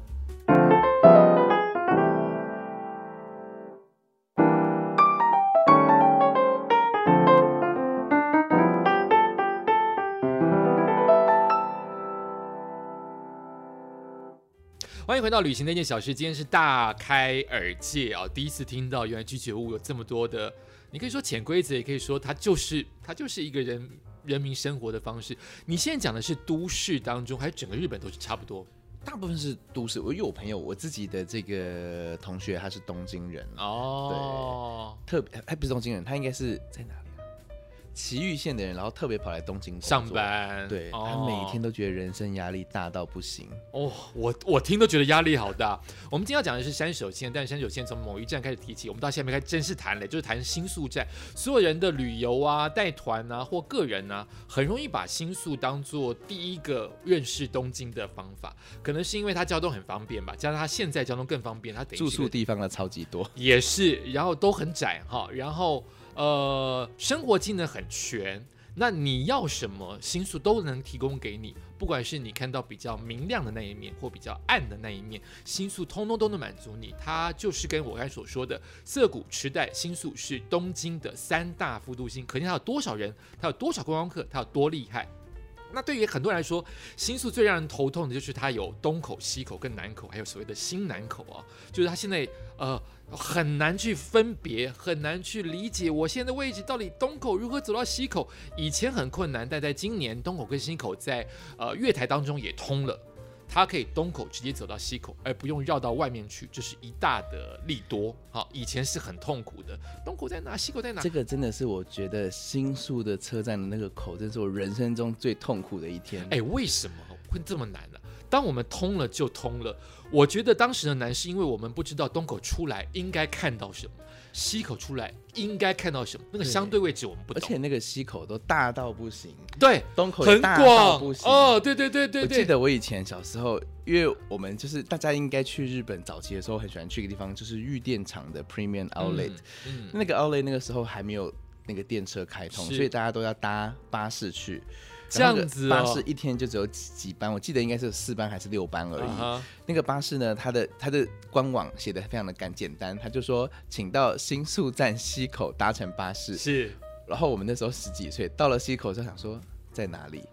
A: 欢迎回到旅行的一件小事，今天是大开耳界啊、第一次听到原来居酒屋有这么多的，你可以说潜规则，也可以说它就是它就是一个人人民生活的方式。你现在讲的是都市当中，还是整个日本都是差不多
B: 大部分是都市，我因为我朋友我自己的这个同学他是东京人啊，
A: 哦？
B: 特别还不是东京人，他应该是在哪里、啊？埼玉县的人，然后特别跑来东京工作
A: 上。班
B: 对、
A: 哦
B: 他每天都觉得人生压力大到不行，
A: 哦，我我听都觉得压力好大。我们今天要讲的是山手线，但山手线从某一站开始提起，我们到下面开始正式谈了，就是谈新宿站。所有人的旅游啊、带团啊或个人啊，很容易把新宿当做第一个认识东京的方法，可能是因为它交通很方便吧，加上它现在交通更方便，它等于
B: 住
A: 是个
B: 宿地方的超级 多。
A: 也是，然后都很窄哈，然后呃，生活技能很全。那你要什么新宿都能提供给你，不管是你看到比较明亮的那一面，或比较暗的那一面，新宿通通都能满足你。它就是跟我刚才所说的涩谷、池袋、新宿是东京的三大复都星，可见它有多少人，它有多少观光客，它有多厉害。那对于很多人来说，新宿最让人头痛的就是它有东口、西口跟南口，还有所谓的新南口啊，就是它现在呃很难去分别，很难去理解我现在的位置到底东口如何走到西口。以前很困难，但在今年东口跟西口在呃月台当中也通了，它可以东口直接走到西口，而不用绕到外面去，这是一大的利多。好，以前是很痛苦的，东口在哪，西口在哪
B: 这，个真的是我觉得新宿的车站的那个口，真是我人生中最痛苦的一天。
A: 哎，为什么会这么难呢、当我们通了就通了，我觉得当时的难是因为我们不知道东口出来应该看到什么，西口出来应该看到什么，那个
B: 对
A: 相对位置我们不
B: 而
A: 懂
B: 且。那个西口都大到不行，
A: 对，
B: 东口也
A: 很
B: 大到
A: 广
B: 不行。
A: 哦，对对对对
B: 我记
A: 对，
B: 得我以前小时候，因为我们就是大家应该去日本早期的时候，很喜欢去一个地方，就是玉电厂的 Premium Outlet、
A: 嗯，嗯
B: 那个 Outlet 那个时候还没有那个电车开通，
A: 是
B: 所以大家都要搭巴士去。
A: 这样子
B: 然后那个
A: 哦
B: 巴士一天就只有几几班，我记得应该是有四班还是六班而已。
A: 啊哈
B: 那个巴士呢，它的它的官网写的非常的干简单，他就说请到新宿站西口搭乘巴士。
A: 是
B: 然后我们那时候十几岁，到了西口之后想说在哪里，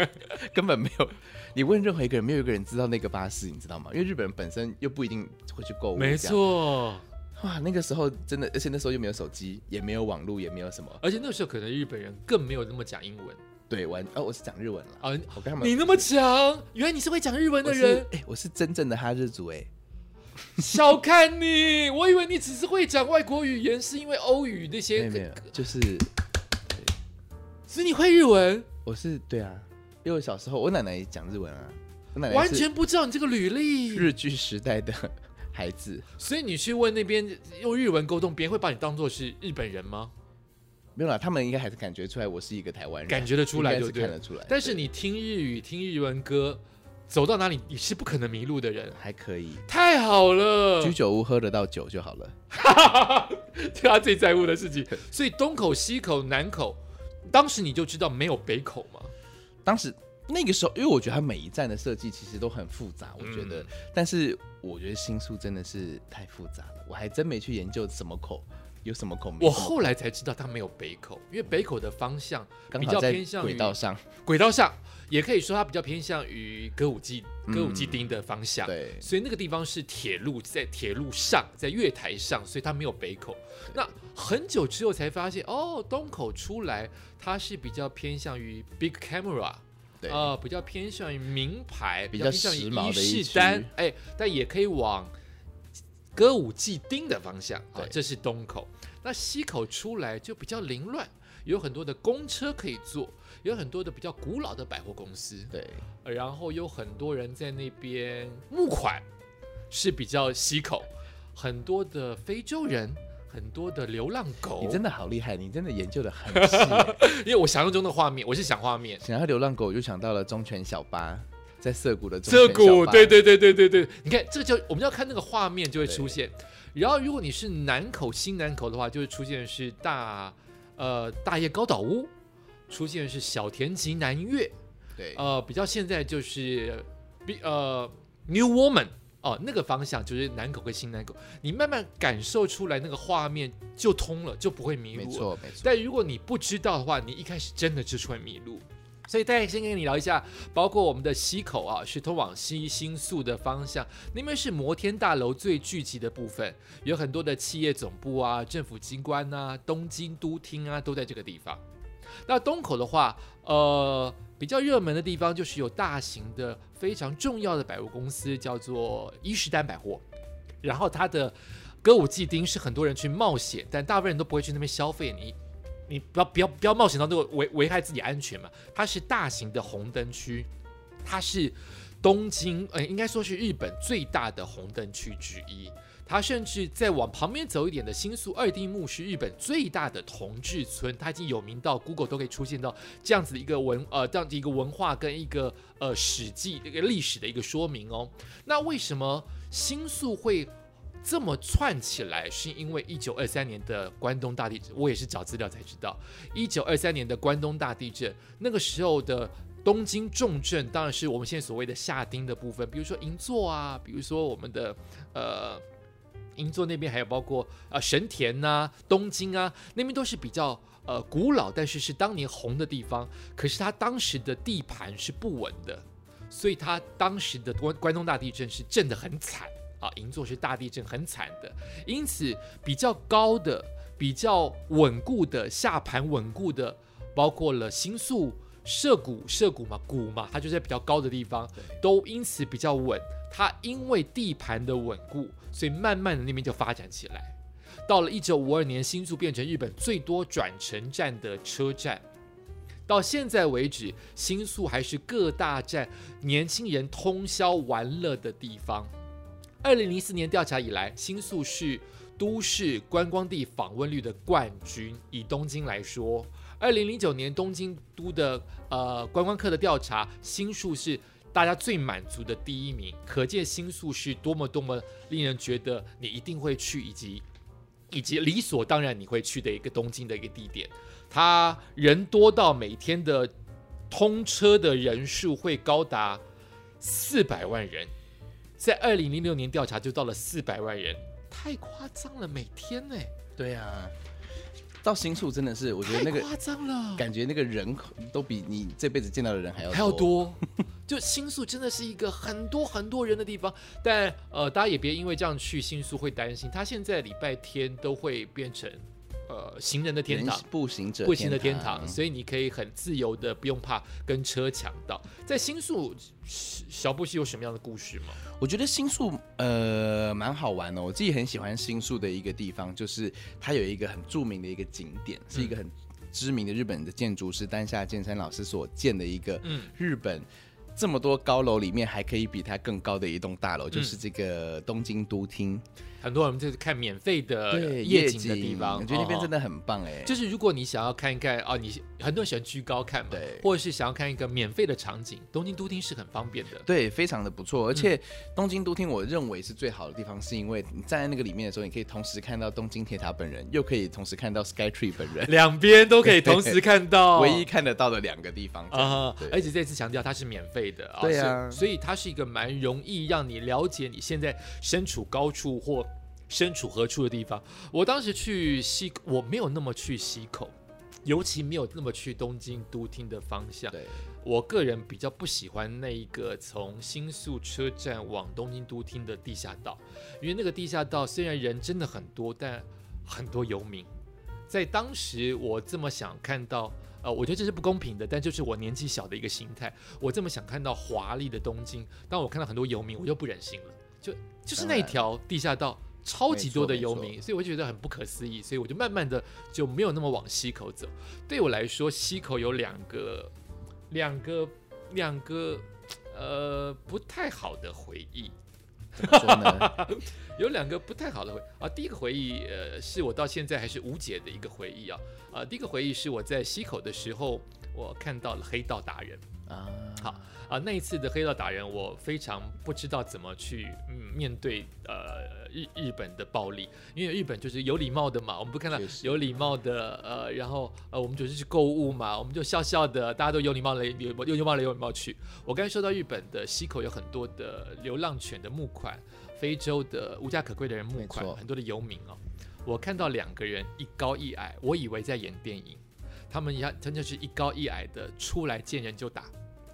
B: 根本没有。你问任何一个人，没有一个人知道那个巴士，你知道吗？因为日本人本身又不一定会去购物。
A: 没。错。
B: 哇，那个时候真的，而且那时候又没有手机，也没有网络，也没有什么。
A: 而且那时候可能日本人更没有那么讲英文
B: 对，玩哦，我是讲日文了。
A: 啊。
B: 我跟他们，
A: 你那么强，原来你是会讲日文的
B: 我是
A: 人，
B: 哎、我是真正的哈日族哎、
A: 小看你！我以为你只是会讲外国语言，是因为欧语那
B: 没
A: 些
B: 有没有，就是
A: 所以你会日文，
B: 我是对啊，因为我小时候我奶奶讲日文啊，我奶奶
A: 完
B: 是
A: 全不知道你这个履历，
B: 日剧时代的孩子，
A: 所以你去问那边用日文沟通，别人会把你当做是日本人吗？
B: 没有啦，他们应该还是感觉出来我是一个台湾人，
A: 感觉得出来
B: 应该
A: 对
B: 是
A: 不对
B: 看得出来，
A: 但是
B: 对
A: 你听日语、听日文歌，走到哪里你是不可能迷路的人，
B: 还可以，
A: 太好了
B: 居！酒屋喝得到酒就好了。
A: 这 他最在乎的事情。所以东口、西口、南口，当时你就知道没有北口嘛？
B: 当时那个时候，因为我觉得它每一站的设计其实都很复杂，我觉得，
A: 嗯
B: 但是我觉得新宿真的是太复杂了，我还真没去研究什么口有什么口没什
A: 我
B: 么口。
A: 后来才知道它没有北口，因为北口的方向
B: 刚
A: 比
B: 好
A: 较
B: 在
A: 偏向于
B: 轨道上，
A: 轨道上，也可以说它比较偏向于歌舞伎歌舞伎町的方向。
B: 对，
A: 所以那个地方是铁路，在铁路上，在月台上，所以它没有北口。那很久之后才发现，哦，东口出来它是比较偏向于 Big Camera，
B: 对，
A: 呃，比较偏向于名牌，
B: 比
A: 较
B: 较
A: 偏向于
B: 时髦
A: 伊
B: 的一
A: 势丹
B: 区，
A: 哎，但也可以往歌舞伎町的方向啊
B: 对，
A: 这是东口。那西口出来就比较凌乱，有很多的公车可以坐，有很多的比较古老的百货公司，
B: 对，
A: 呃然后有很多人在那边募款，是比较西口，很多的非洲人。很多的流浪狗
B: 你，真的好厉害，你真的研究的很 细欸。
A: 因为我想象中的画面，我是想画面，
B: 想到流浪狗，我就想到了忠犬小八，在涩谷的忠
A: 这
B: 犬
A: 股，
B: 小八
A: 对对对对对对，你看这个就我们要看那个画面就会出现。然后如果你是南口新南口的话，就会出现是大呃大叶高岛屋，出现是小田急南岳，
B: 对
A: 呃比较现在就是比呃 New Woman 哦、那个方向就是南口跟新南口，你慢慢感受出来那个画面就通了，就不会迷
B: 没
A: 路了。
B: 错没错。
A: 但如果你不知道的话，你一开始真的就是会迷路。所以，大家先跟你聊一下，包括我们的西口啊，是通往西新宿的方向，那边是摩天大楼最聚集的部分，有很多的企业总部啊、政府机关啊、东京都厅啊，都在这个地方。那东口的话，呃，比较热门的地方就是有大型的、非常重要的百货公司，叫做伊势丹百货。然后它的歌舞伎町是很多人去冒险，但大部分人都不会去那边消费。你你不要不要不要冒险到那个危危害自己安全嘛。它是大型的红灯区，它是东京，呃，应该说是日本最大的红灯区之一。它甚至再往旁边走一点的新宿二丁目是日本最大的同志村，它已经有名到 Google 都可以出现到这样子的一个文呃这样的一个文化跟一个呃史记一个历史的一个说明哦。那为什么新宿会这么串起来，是因为一九二三年的关东大地震，我也是找资料才知道，一九二三年的关东大地震，那个时候的东京重镇，当然是我们现在所谓的下町的部分，比如说银座啊，比如说我们的呃。银座那边还有包括呃神田呐、东京啊，那边都是比较呃古老，但是是当年红的地方。可是它当时的地盘是不稳的，所以它当时的关关东大地震是震得很惨啊，银座是大地震很惨的，因此比较高的、比较稳固的下盘稳固的，包括了新宿、涉谷、涉谷嘛，谷嘛，它就在比较高的地方，都因此比较稳。它因为地盘的稳固，所以慢慢的那边就发展起来。到了一九五二年，新宿变成日本最多转乘站的车站。到现在为止，新宿还是各大站年轻人通宵玩乐的地方。二零零四年调查以来，新宿是都市观光地访问率的冠军。以东京来说，二零零九年东京都的呃观光客的调查，新宿是大家最满足的第一名。可见新宿是多么多么令人觉得你一定会去，以及以及理所当然你会去的一个东京的一个地点。它人多到每天的通车的人数会高达四百万人，在二零零六年调查就到了四百万人，太夸张了，每天呢、
B: 对啊，到新宿真的是，我觉得那
A: 太
B: 个
A: 夸张了，
B: 感觉那个人口都比你这辈子见到的人还要
A: 还要。多。 就新宿真的是一个很多很多人的地方，但呃，大家也别因为这样去新宿会担心，它现在礼拜天都会变成呃行人的天
B: 人
A: 堂。
B: 步行者，
A: 卫星的天堂，所以你可以很自由的，不用怕跟车抢道。在新宿，小小布希有什么样的故事吗？
B: 我觉得新宿呃蛮好玩的，我自己很喜欢新宿的一个地方，就是它有一个很著名的一个景点，是一
A: 嗯
B: 个很知名的日本的建筑师丹下健三老师所建的一个
A: 嗯
B: 日本。这么多高楼里面，还可以比它更高的一栋
A: 嗯
B: 大楼，就是这个东京都厅，
A: 很多人就是看免费的
B: 对
A: 呃夜景的地方，
B: 我觉得那边真
A: 的。
B: 的很棒哎、
A: 就是如果你想要看一看啊，你很多人喜欢居高看嘛，
B: 对
A: 或者是想要看一个免费的场景，东京都厅是很方便的。
B: 对，非常的不
A: 嗯
B: 错。而且东京都厅，我认为是最好的地方，是因为你站在那个里面的时候，你可以同时看到东京铁塔本人，又可以同时看到 Sky Tree 本人，
A: 两边都可以同时看到，
B: 唯一看得到的两个地方。
A: 啊、
B: 对
A: 而且这次强调它是免费的啊，
B: 对啊
A: 是所以它是一个蛮容易让你了解你现在身处高处或身处何处的地方。我当时去西，我没有那么去西口，尤其没有那么去东京都厅的方向。
B: 对，
A: 我个人比较不喜欢那一个从新宿车站往东京都厅的地下道，因为那个地下道虽然人真的很多，但很多游民。在当时我这么想看到，呃，我觉得这是不公平的，但就是我年纪小的一个心态，我这么想看到华丽的东京，当我看到很多游民，我就不忍心了，就就是那
B: 当然
A: 条地下道。超级多的
B: 没错
A: 游
B: 没
A: 民，所以我就觉得很不可思议，所以我就慢慢的就没有那么往西口走。对我来说，西口有两个、两个、两个，呃，不太好的回忆。
B: 怎么说呢？
A: 有两个不太好的回啊，第一个回忆，呃，是我到现在还是无解的一个回忆啊。啊，第一个回忆是我在西口的时候，我看到了黑道达人
B: 啊，
A: 好啊。那一次的黑道达人，我非常不知道怎么去、嗯、面对呃日日本的暴力，因为日本就是有礼貌的嘛，我们不看到
B: 确实
A: 有礼貌的呃，然后呃，我们就是去购物嘛，我们就笑笑的，大家都有礼貌的有有礼貌的有礼貌去。我刚才说到日本的西口有很多的流浪犬的募款，非洲的无家可归的人募款
B: 没，错
A: 很多的游民哦。我看到两个人一高一矮，我以为在演电影，他们要真的是一高一矮的出来见人就打，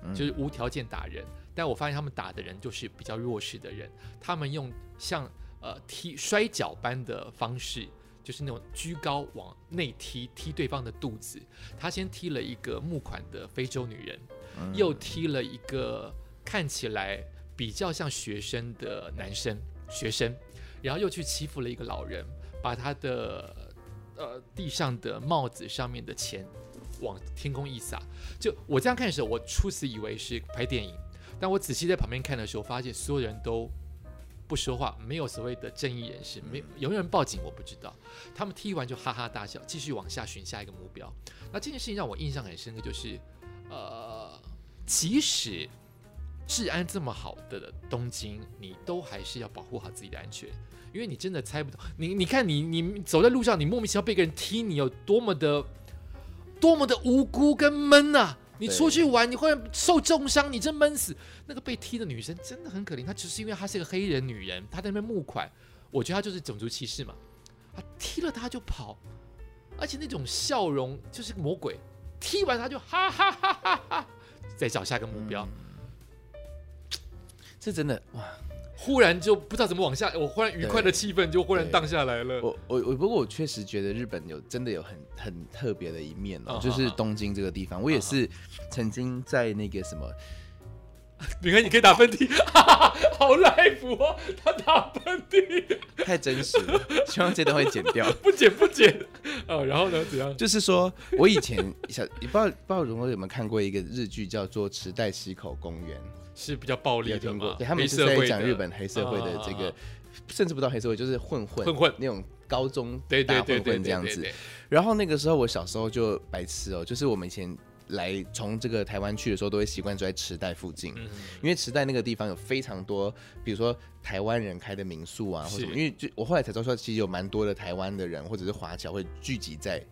B: 嗯
A: 就是无条件打人。但我发现他们打的人就是比较弱势的人，他们用像呃踢摔跤般的方式，就是那种居高往内踢，踢对方的肚子。他先踢了一个募款的非洲女人，
B: 嗯
A: 又踢了一个看起来比较像学生的男生学生，然后又去欺负了一个老人，把他的呃地上的帽子上面的钱往天空一撒。就我这样看的时候，我初始以为是拍电影，但我仔细在旁边看的时候，发现所有人都。不说话，没有所谓的正义人士，没有有没有人报警，我不知道。他们踢完就哈哈大笑，继续往下寻下一个目标。那这件事情让我印象很深刻，就是，呃，即使治安这么好的东京，你都还是要保护好自己的安全，因为你真的猜不懂。你你看你你走在路上，你莫名其妙被一个人踢，你有多么的多么的无辜跟闷呐、你
B: 对
A: 出去玩，你会受重伤，你真闷死。那个被踢的女生真的很可怜，她只是因为她是个黑人女人，她在那边募款，我觉得她就是种族歧视嘛。她踢了她就跑，而且那种笑容就是个魔鬼，踢完她就哈哈哈哈哈，再找下一个目标。
B: 这真的哇，
A: 忽然就不知道怎么往下，我忽然愉快的气氛就忽然荡下来了。
B: 我我我，不过我确实觉得日本有真的有很很特别的一面哦
A: 嗯
B: 就是
A: 嗯嗯
B: 东京这个地方，我也是曾经在那个什么，
A: 你看，你可以打喷嚏， 哈哈哈好赖谱哦！他打喷嚏，
B: 太真实了，希望这段会剪掉。
A: 不剪不剪。 哦，然后呢？怎样？
B: 就是说我以前小，不知道不知道如果有没有看过一个日剧叫做《池袋西口公园》，
A: 是比较暴
B: 有
A: 力的
B: 听过
A: 嘛？？
B: 对，他们
A: 黑
B: 是
A: 社会
B: 在
A: 的
B: 讲日本黑社会的这
A: 啊啊
B: 个
A: 啊，
B: 甚至不到黑社会，就是混混
A: 混混
B: 那种高中
A: 对对
B: 大
A: 对
B: 混
A: 对
B: 混这
A: 对
B: 样
A: 对
B: 子。
A: 对，
B: 然后那个时候我小时候就白痴哦，就是我们以前来从这个台湾去的时候，都会习惯住在池袋附近，
A: 嗯，
B: 因为池袋那个地方有非常多，比如说台湾人开的民宿啊，或什么。
A: 是
B: 因为就我后来才知道说，其实有蛮多的台湾的人或者是华侨会聚集在。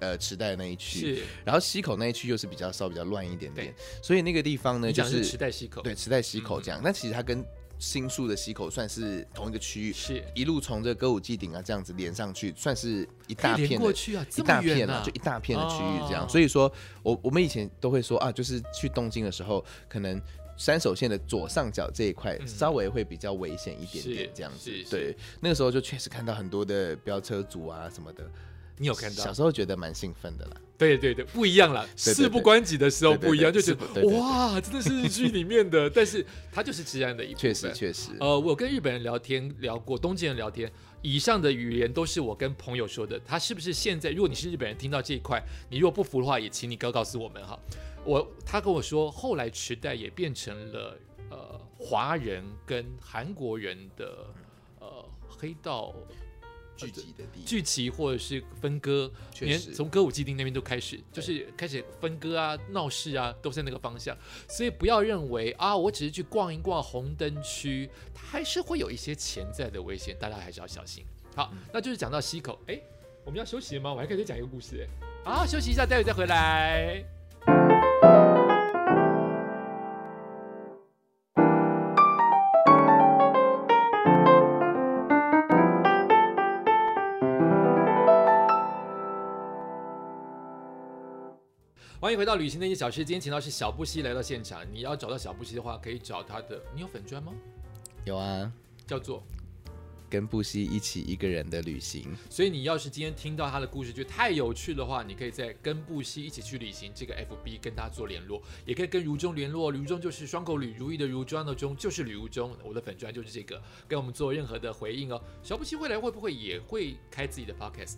B: 呃，池袋那一区，
A: 是
B: 然后西口那一区又是比较稍比较乱一点
A: 对
B: 点，所以那个地方呢，
A: 你
B: 就
A: 讲的
B: 是
A: 是池袋西口，
B: 对池袋西口
A: 嗯
B: 这样。但其实它跟新宿的西口算是同一个区域，
A: 是
B: 一路从这个歌舞伎町啊这样子连上去，算是一大
A: 可以连
B: 片
A: 过
B: 的
A: 去啊，
B: 一
A: 这
B: 大
A: 么
B: 片
A: 远
B: 啊，
A: 啊
B: 就一大片的区域这样。
A: 哦
B: 所以说我我们以前都会说啊，就是去东京的时候，可能山手线的左上角这一块
A: 嗯
B: 稍微会比较危险一点
A: 是
B: 点，这样子
A: 是。是
B: 对，那个时候就确实看到很多的飙车族啊什么的，
A: 你有看到
B: 小？时候觉得蛮兴奋的啦。
A: 对对对，不一样啦。
B: 对对
A: 事不关己的时候
B: 对对
A: 不一样，就
B: 对
A: 觉
B: 事不对
A: 得
B: 对对
A: 哇，真的是日剧里面的，但是它就是治安的一部
B: 确
A: 分。
B: 实，确实，
A: 呃，我跟日本人聊天聊过，东京人聊天，以上的语言都是我跟朋友说的。他是不是现在，如果你是日本人，听到这一块，你如果不服的话，也请你告告诉我们哈。我他跟我说，后来池袋也变成了呃华人跟韩国人的呃黑道
B: 聚集的地
A: 聚集或者是分割，
B: 确
A: 连
B: 实
A: 从歌舞伎町那边都开始，就是开始分割啊、闹事啊，都是那个方向。所以不要认为啊，我只是去逛一逛红灯区，它还是会有一些潜在的危险，大家还是要小心。好，
B: 嗯
A: 那就是讲到西口，哎，我们要休息了吗？我还可以再讲一个故事。
B: 嗯
A: 哎好，休息一下，待会再回来。欢迎回到旅行的一小时，今天请到是小布希来到现场。你要找到小布希的话，可以找他的，你有粉砖吗？
B: 有啊，
A: 叫做
B: 跟布西一起一个人的旅行。
A: 所以你要是今天听到他的故事，觉得太有趣的话，你可以在跟布西一起去旅行这个 FB 跟他做联络，也可以跟如中联络。如中就是双口吕，如意的如，中央的中就是吕如中，我的粉砖就是这个，跟我们做任何的回应哦。小布西未来会不会也会开自己的 podcast？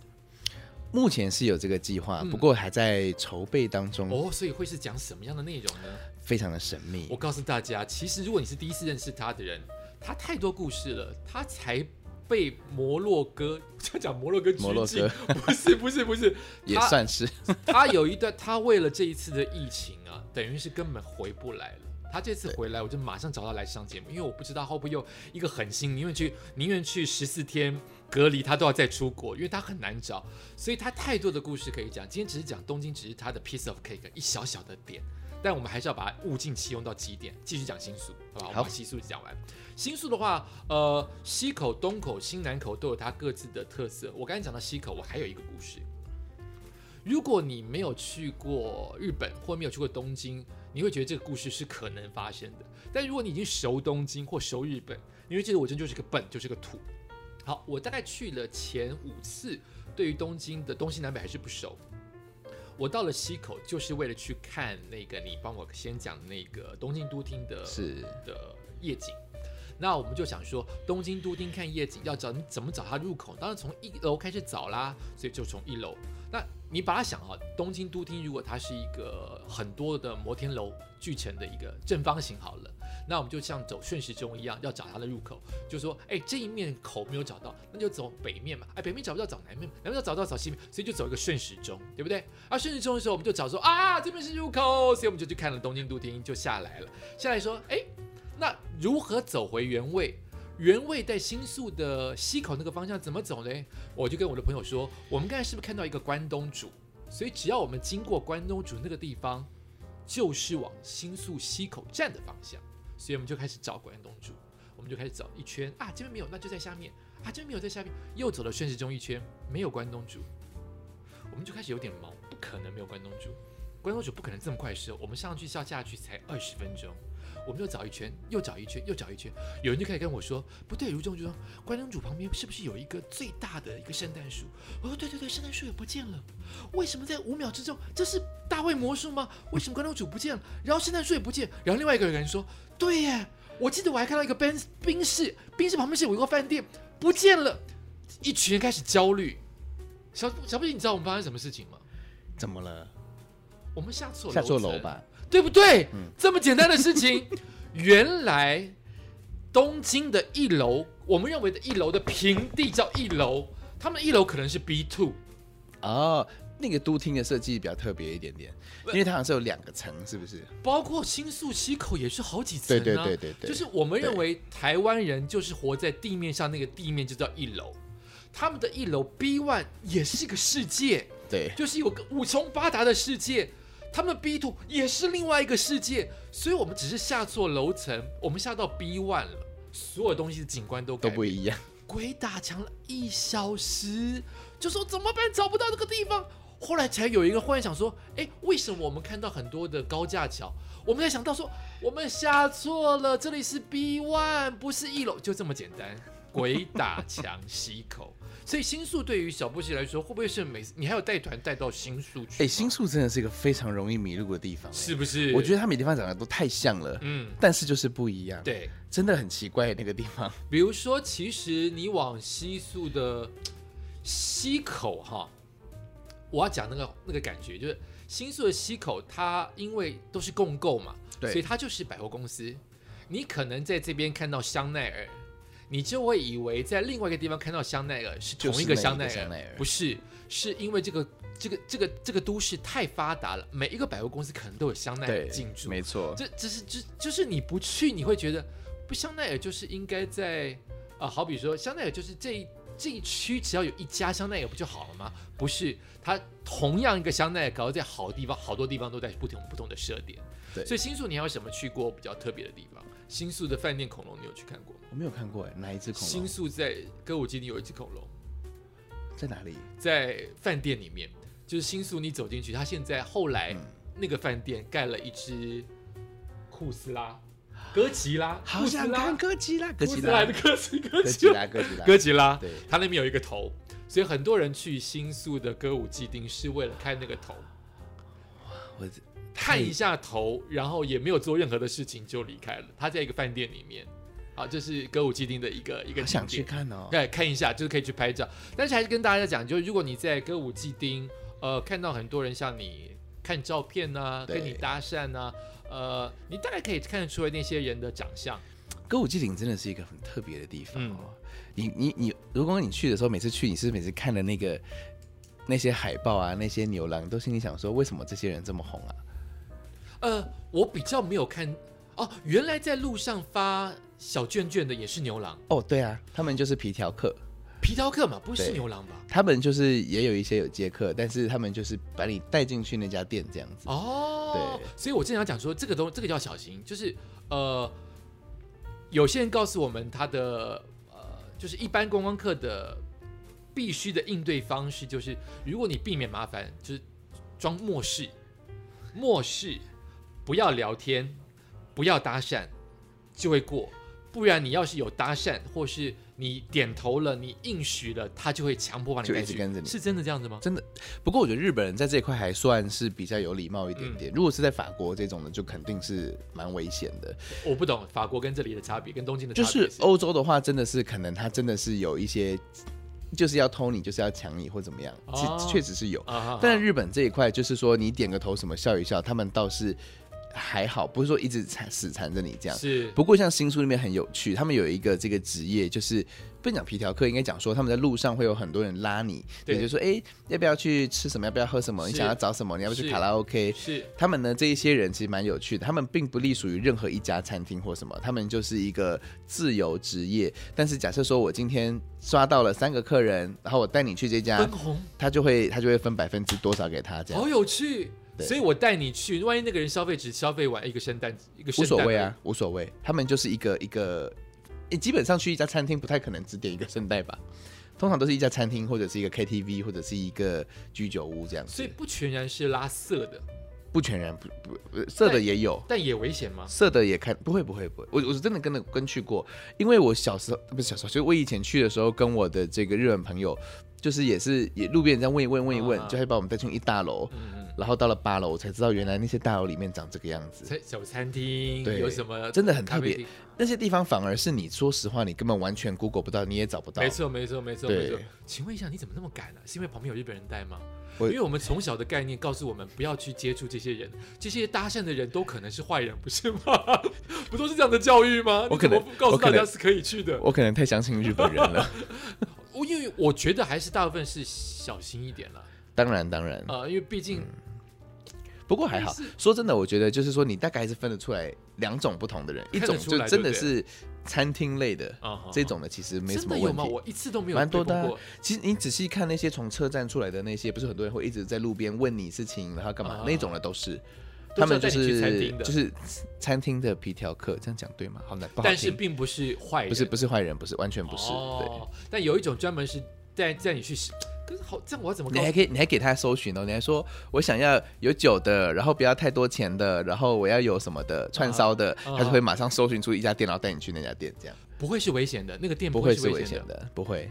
B: 目前是有这个计划，
A: 嗯
B: 不过还在筹备当中，
A: 哦，所以会是讲什么样的内容呢？
B: 非常的神秘
A: 我。告诉大家，其实如果你是第一次认识他的人，他太多故事了，他才被摩洛哥， 就讲摩洛哥
B: 摩洛
A: 拘禁
B: 哥，
A: 不是不是不 是，
B: 也
A: 他
B: 算是
A: 他有一段，他为了这一次的疫情啊，等于是根本回不来了。他这次回来，我就马上找他来上节目，因为我不知道会不会又一个狠心，宁愿去宁愿去十四天隔离，他都要再出国，因为他很难找，所以他太多的故事可以讲。今天只是讲东京，只是他的 piece of cake 一小小的点，但我们还是要把它物尽其用到极点，继续讲新宿，好不好？我们把
B: 好
A: 新宿讲完。新宿的话，呃，西口、东口、新南口都有它各自的特色。我刚才讲到西口，我还有一个故事。如果你没有去过日本或没有去过东京，你会觉得这个故事是可能发生的。但如果你已经熟东京或熟日本，你会觉得我真就是个笨，就是个土。好，我大概去了前五次，对于东京的东西南北还是不熟。我到了西口就是为了去看那个你帮我先讲那个东京都厅的
B: 是
A: 的夜景。那我们就想说，东京都厅看夜景要找你怎么找它入口？当然从一楼开始找啦，所以就从一楼。那你把它想啊，东京都厅如果它是一个很多的摩天楼聚成的一个正方形好了，那我们就像走顺时钟一样，要找它的入口，就说，哎，这一面口没有找到，那就走北面嘛，哎，北面找不到找南面，南面找不到找西面，所以就走一个顺时钟，对不对？啊，顺时钟的时候我们就找说啊，这边是入口，所以我们就去看了东京都厅，就下来了，下来说，哎，那如何走回原位？原位在新宿的西口那个方向怎么走呢？我就跟我的朋友说，我们刚才是不是看到一个关东煮？所以只要我们经过关东煮那个地方，就是往新宿西口站的方向。所以我们就开始找关东煮，我们就开始找一圈啊，这边没有，那就在下面啊，这边没有，在下面又走了顺时钟一圈，没有关东煮，我们就开始有点毛，不可能没有关东煮，关东煮不可能这么快熟，我们上去下下去才二十分钟。我们又找一圈，又找一圈，又找一圈，有人就开始跟我说，不对，如中就说关东煮旁边是不是有一个最大的一个圣诞树？我说对对对，圣诞树也不见了，为什么在五秒之中？这是大卫魔术吗？为什么关东煮不见了？然后圣诞树也不见，然后另外一个人说，对耶，我记得我还看到一个冰冰室，冰室旁边是有一个饭店，不见了，一群人开始焦虑。小小布姐，你知道我们发生什么事情吗？
B: 怎么了？
A: 我们下错
B: 下座
A: 层
B: 楼吧，
A: 对不对？
B: 嗯
A: 这么简单的事 情，原来东京的一楼，我们认为的一楼的平地叫一楼，他们一楼可能是 B two，
B: 哦，那个都厅的设计比较特别一点点，因为它好像是有两个层，是不是？
A: 包括新宿西口也是好几层、啊。
B: 对对对对对
A: 就是我们认为台湾人就是活在地面上，那个地面就叫一楼，他们的一楼 B one 也是一个世界。
B: 对，
A: 就是有个五穷八达的世界，他们 B two 也是另外一个世界，所以我们只是下错楼层，我们下到 B one 了，所有东西的景观都改
B: 都
A: 变
B: 不一样。
A: 鬼打墙了一小时，就说怎么办，找不到这个地方。后来才有一个忽然想说，哎，为什么我们看到很多的高架桥，我们才想到说我们下错了，这里是 B one 不是一楼，就这么简单。鬼打墙西口，所以新宿对于小布希来说，会不会是每次你还有带团带到新宿去吗？
B: 哎，新宿真的是一个非常容易迷路的地方。
A: 是不是？
B: 我觉
A: 得，
B: 得它每地方长得都太像了，
A: 嗯，
B: 但是就是不一样。，
A: 对。
B: 真的很奇怪那个地 方。
A: 比如说，其实你往西宿的西口哈，我要讲那个那个感觉，就是新宿的西口，它因为都是共购嘛，
B: 对
A: 所以它就是百货公司。你可能在这边看到香奈儿，你就会以为在另外一个地方看到香奈儿是同一个香奈儿，
B: 就是那一个香奈儿
A: 不是，是因为这个这个这个这个都市太发达了，每一个百货公司可能都有香奈儿
B: 对
A: 进，驻，
B: 没错，
A: 这这是就就是你不去，你会觉得不香奈儿就是应该在啊、好比说香奈儿就是这一这一区只要有一家香奈儿不就好了吗？不是，它同样一个香奈儿，搞得在好地方好多地方都在不同不同的设点。
B: 对
A: 所以新宿你还有什么去过比较特别的地方？新宿的饭店恐龙你有去看过吗？
B: 我没有看过哎，哪一只恐
A: 新
B: 龙
A: 宿在歌舞伎町有一只恐龙，
B: 在哪 里？
A: 在饭店里面，就是新宿你走进
B: 嗯
A: 去，它现在后来那个饭店盖了一只库斯拉。哥吉拉，
B: 好想看哥吉拉，
A: 哥
B: 哥吉
A: 吉拉
B: 拉
A: 的，哥吉哥
B: 哥吉拉，哥吉拉，
A: 哥吉拉，
B: 对
A: 它那边有一个头，所以很多人去新宿的歌舞伎町是为了看那个头，
B: 我
A: 看一下头，然后也没有做任何的事情就离开了。他在一个饭店里面，啊，这是歌舞伎町的一个一个
B: 好想
A: 景
B: 去
A: 点
B: 看哦。
A: 对，哎看一下就是可以去拍照。但是还是跟大家讲，就是如果你在歌舞伎町，呃，看到很多人向你看照片呐、
B: 对
A: 跟你搭讪呐、呃，你大概可以看得出来那些人的长相。
B: 歌舞伎町真的是一个很特别的地方哦。你你你，如果你去的时候，每次去你是不是每次看的那个那些海报啊，那些牛郎，都心里想说，为什么这些人这么红啊？
A: 呃，我比较没有看哦，原来在路上发小卷卷的也是牛郎，
B: 哦，对啊，他们就是皮条客，
A: 皮条客嘛，不是
B: 对
A: 牛郎吧？
B: 他们就是也有一些有接客，但是他们就是把你带进去那家店这样子。
A: 哦，
B: 对
A: 所以我正想讲说，这个东这个要小心，就是呃，有些人告诉我们他的呃，就是一般观光客的必须的应对方式，就是如果你避免麻烦，就是装漠视，漠视，不要聊天，不要搭讪，就会过。不然你要是有搭讪，或是你点头了，你应许了，他就会强迫把你
B: 就
A: 带
B: 一直
A: 去
B: 跟着你
A: 是真的这样子吗？
B: 不过我觉得日本人在这一块还算是比较有礼貌一点点。如果是在法国这种的，就肯定是蛮危险的。
A: 我不懂法国跟这里的差别，跟东京的差
B: 就
A: 别
B: 是欧洲的话，真的是可能他真的是有一些，就是要偷你，就是要抢你或怎么样，
A: 哦
B: 是确实是有。
A: 啊，
B: 但是日本这一块，就是说你点个头什么笑一笑，他们倒是还好，不是说一直缠死缠着你这样。
A: 是
B: 不过像新宿那边很有趣，他们有一个这个职业，就是不能讲皮条客，应该讲说他们在路上会有很多人拉你，
A: 对
B: 也就是说，哎，要不要去吃什么？要不要喝什么？你
A: 是
B: 想要找什么？你要不要去
A: 是
B: 卡拉 OK？
A: 是
B: 他们呢，这一些人其实蛮有趣的，他们并不隶属于任何一家餐厅或什么，他们就是一个自由职业。但是假设说我今天刷到了三个客人，然后我带你去这家
A: 分，红，
B: 他就会他就会分百分之多少给他这样
A: 好，有趣。
B: 对
A: 所以我带你去，万一那个人消费只消费完一个圣诞，一个圣
B: 无
A: 诞
B: 所谓啊，无所谓。他们就是一个一个，诶基本上去一家餐厅不太可能只点一个圣代吧，通常都是一家餐厅或者是一个 KTV 或者是一个居酒屋这样
A: 而已，
B: 子，
A: 所以不全然是拉色的，
B: 不全然不不不色的也有。
A: 但也危险吗？
B: 色的也看不会不会不会，我我是真的跟着跟去过，因为我小时候不是小时候，就是我以前去的时候，跟我的这个日本朋友，就是也是也路边这样问一问问一问，
A: 啊
B: 就他就把我们带进一大楼，
A: 嗯，嗯
B: 然后到了八楼我才知道原来那些大楼里面长这个样子，
A: 餐小餐厅
B: 对
A: 有什么
B: 真的很
A: 咖
B: 特
A: 啡
B: 别
A: 厅。？
B: 那些地方反而是你说实话，你根本完全 Google 不到，你也找不到。
A: 没，错，没错，没错，
B: 对
A: 没错。请问一下，你怎么那么赶呢、是因为旁边有日本人带吗？
B: 我
A: 因为我们从小的概念告诉我们不要去接触这些人，这些搭讪的人都可能是坏人，不是吗？ 不都是这样的教育吗？
B: 我
A: 你怎么
B: 可能
A: 不告诉
B: 我可
A: 大
B: 能
A: 家是可以去的。
B: 我可能太相信日本人 了。
A: 我因为我觉得还是大部分是小心一点了，
B: 当然，当然，
A: 呃，因为毕
B: 嗯
A: 竟
B: 不过还好
A: 但是。
B: 说真的，我觉得就是说，你大概还是分得出来两种不同的人，一
A: 看得
B: 种
A: 出
B: 就
A: 来
B: 真
A: 就
B: 的
A: 对
B: 是餐厅类的
A: 啊
B: 这种的，其实没什
A: 真
B: 么
A: 的有
B: 问
A: 吗？
B: 题。
A: 我一次都没有
B: 蛮多的
A: 被
B: 啊
A: 碰过，
B: 其实你仔细看那些从车站出来的那些，不是很多人会一直在路边问你事情，然后干嘛
A: 啊
B: 那种的都是。
A: 都
B: 他
A: 是要
B: 们就
A: 带你去餐
B: 是
A: 厅的
B: 就是餐厅的皮条客，这样讲对吗？好难，不好
A: 但是
B: 听
A: 并不是坏人，
B: 不是不是坏人，不是完全不是。对，
A: 哦，但有一种专门是带带你去试，可是好这样我要怎么
B: 你
A: 告
B: 还
A: 诉？
B: 可以，你还给他搜寻哦，你还说我想要有酒的，然后不要太多钱的，然后我要有什么的串烧的，
A: 啊
B: 他就会马上搜寻出一家店，然后带你去那家店，这样
A: 不会是危险的，那个店
B: 不
A: 会
B: 会是危
A: 危
B: 险
A: 的。
B: 的，不会。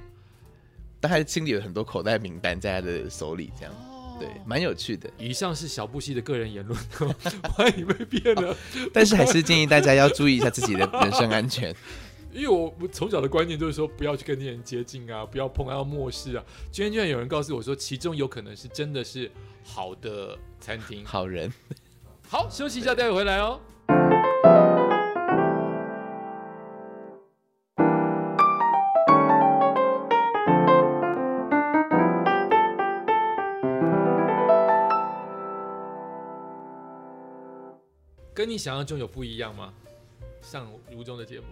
B: 但他心里有很多口袋名单在他的手里，这样
A: 哦
B: 对，蛮有趣的。
A: 以上是小布希的个人言论， 万一被骗了，
B: 但是还是建议大家要注意一下自己的人身安全。
A: 因为我我从小的观念就是说不要去跟那些人接近啊，不要碰啊，要漠视啊。今天居然有人告诉我说，其中有可能是真的是好的餐厅。
B: 好人，
A: 好，休息一下，待会回来哦。跟你想象中有不一样吗？上如中的节目，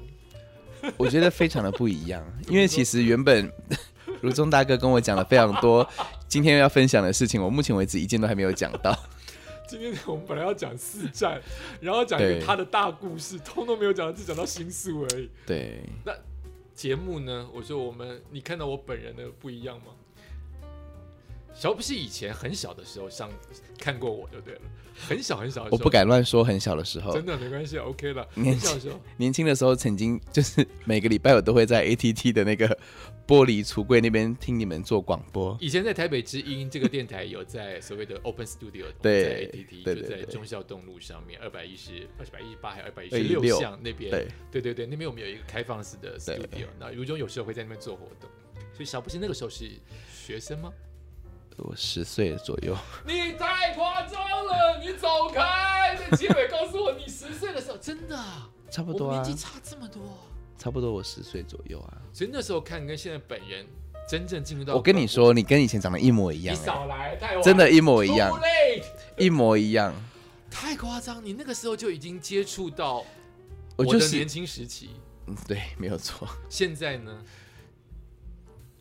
B: 我觉得非常的不一样，因为其实原本 如中大哥跟我讲了非常多今天要分享的事情，我目前为止一件都还没有讲到。
A: 今天我们本来要讲四战，然后讲一个
B: 对
A: 他的大故事，通通没有讲到，只讲到新宿而已。
B: 对，
A: 节目呢，我说我们，你看到我本人的不一样吗？小不是以前很小的时候上看过我就对了，很小很小的时候，
B: 我不，敢乱说，很小的时候
A: 真，的没关系，OK 了。
B: 年
A: 很小的时候，
B: 年轻的时候曾经就是 每个礼拜我都会在 ATT 的那个 玻璃橱柜那边听你们做广播。
A: 以前在台北之音这个电台有在所谓的 Open Studio，
B: 对
A: 在 ATT
B: 对对
A: 就在
B: 对
A: 忠孝东路上面二百一十、二百一十八还二百一十六
B: 216
A: 巷那边，
B: 对，
A: 对对对，那边我们有一个开放式的 studio，那如中有时候会在那边做活动。所以小布是那个时候是学生吗？
B: 我十岁左右，
A: 你太夸张了，你走开！那结尾告诉我，你十岁的时候真的啊，
B: 差不
A: 我
B: 多
A: 们
B: 啊
A: 年，纪差这么多啊、
B: 差不多我十岁左右啊。
A: 所以那时候看跟现在本人真正进入到，
B: 我跟你，说，你跟以前长得一模一
A: 你
B: 样、欸，
A: 少来，太晚
B: 真的，一模一样
A: Too，late
B: 一模一样。
A: 太夸张！你那个时候就已经接触到
B: 我
A: 的
B: 就是
A: 年轻时期，
B: 嗯对， 没有错。
A: 现在呢？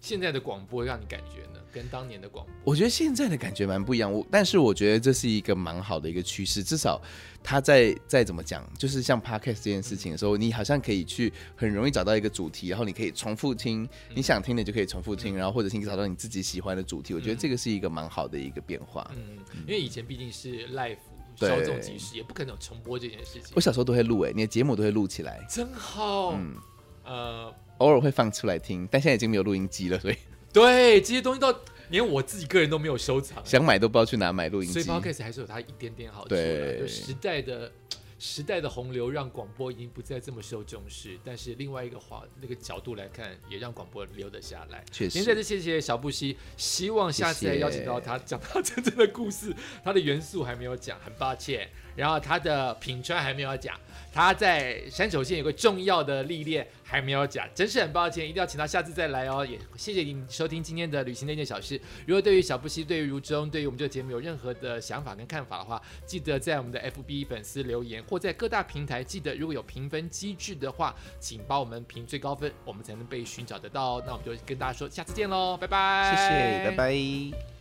A: 现在的广播让你感觉呢，跟当年的广播
B: 我觉得现在的感觉蛮不一样，我但是我觉得这是一个蛮好的一个趋势，至少它在再怎么讲，就是像 podcast 这件事情的时候，你好像可以去很容易找到一个主题，然后你可以重复
A: 嗯
B: 听，你想听的就可以重复听，然后或者是你找到你自己喜欢的主题，我觉得这个是一个蛮好的一个变化。
A: 嗯，因为以前毕竟是 live
B: 啊对
A: 稍纵即逝，也不可能有重播这件事情
B: 我。小嗯时候都会录，哎，你的节目都会录起来，
A: 真好，呃，
B: 偶尔会放出来听，但现在已经没有录音机了，所以
A: 对，这些东西到连我自己个人都没有收藏，
B: 想买都不知道去哪买录音
A: 所以
B: 机。
A: podcast 还是有它一点点好处啦。
B: 对
A: 就时代的时代的洪流让广播已经不再这么受重视，但是另外一个话那个角度来看，也让广播留得下来。
B: 确
A: 今天再
B: 实，
A: 次谢谢小布希，希望下次
B: 谢
A: 再
B: 谢
A: 邀请到他讲他真正的故事，他的元素还没有讲，很抱歉。然后他的品川还没有讲，他在山手线有个重要的历练还没有讲，真是很抱歉，一定要请他下次再来哦。也谢谢你收听今天的旅行那件小事。如果对于小布希、对于如中、对于我们这个节目有任何的想法跟看法的话，记得在我们的 FB 粉丝留言，或在各大平台记得，如果有评分机制的话，请帮我们评最高分，我们才能被寻找得到哦。那我们就跟大家说，下次见喽，拜拜，
B: 谢谢，拜。拜。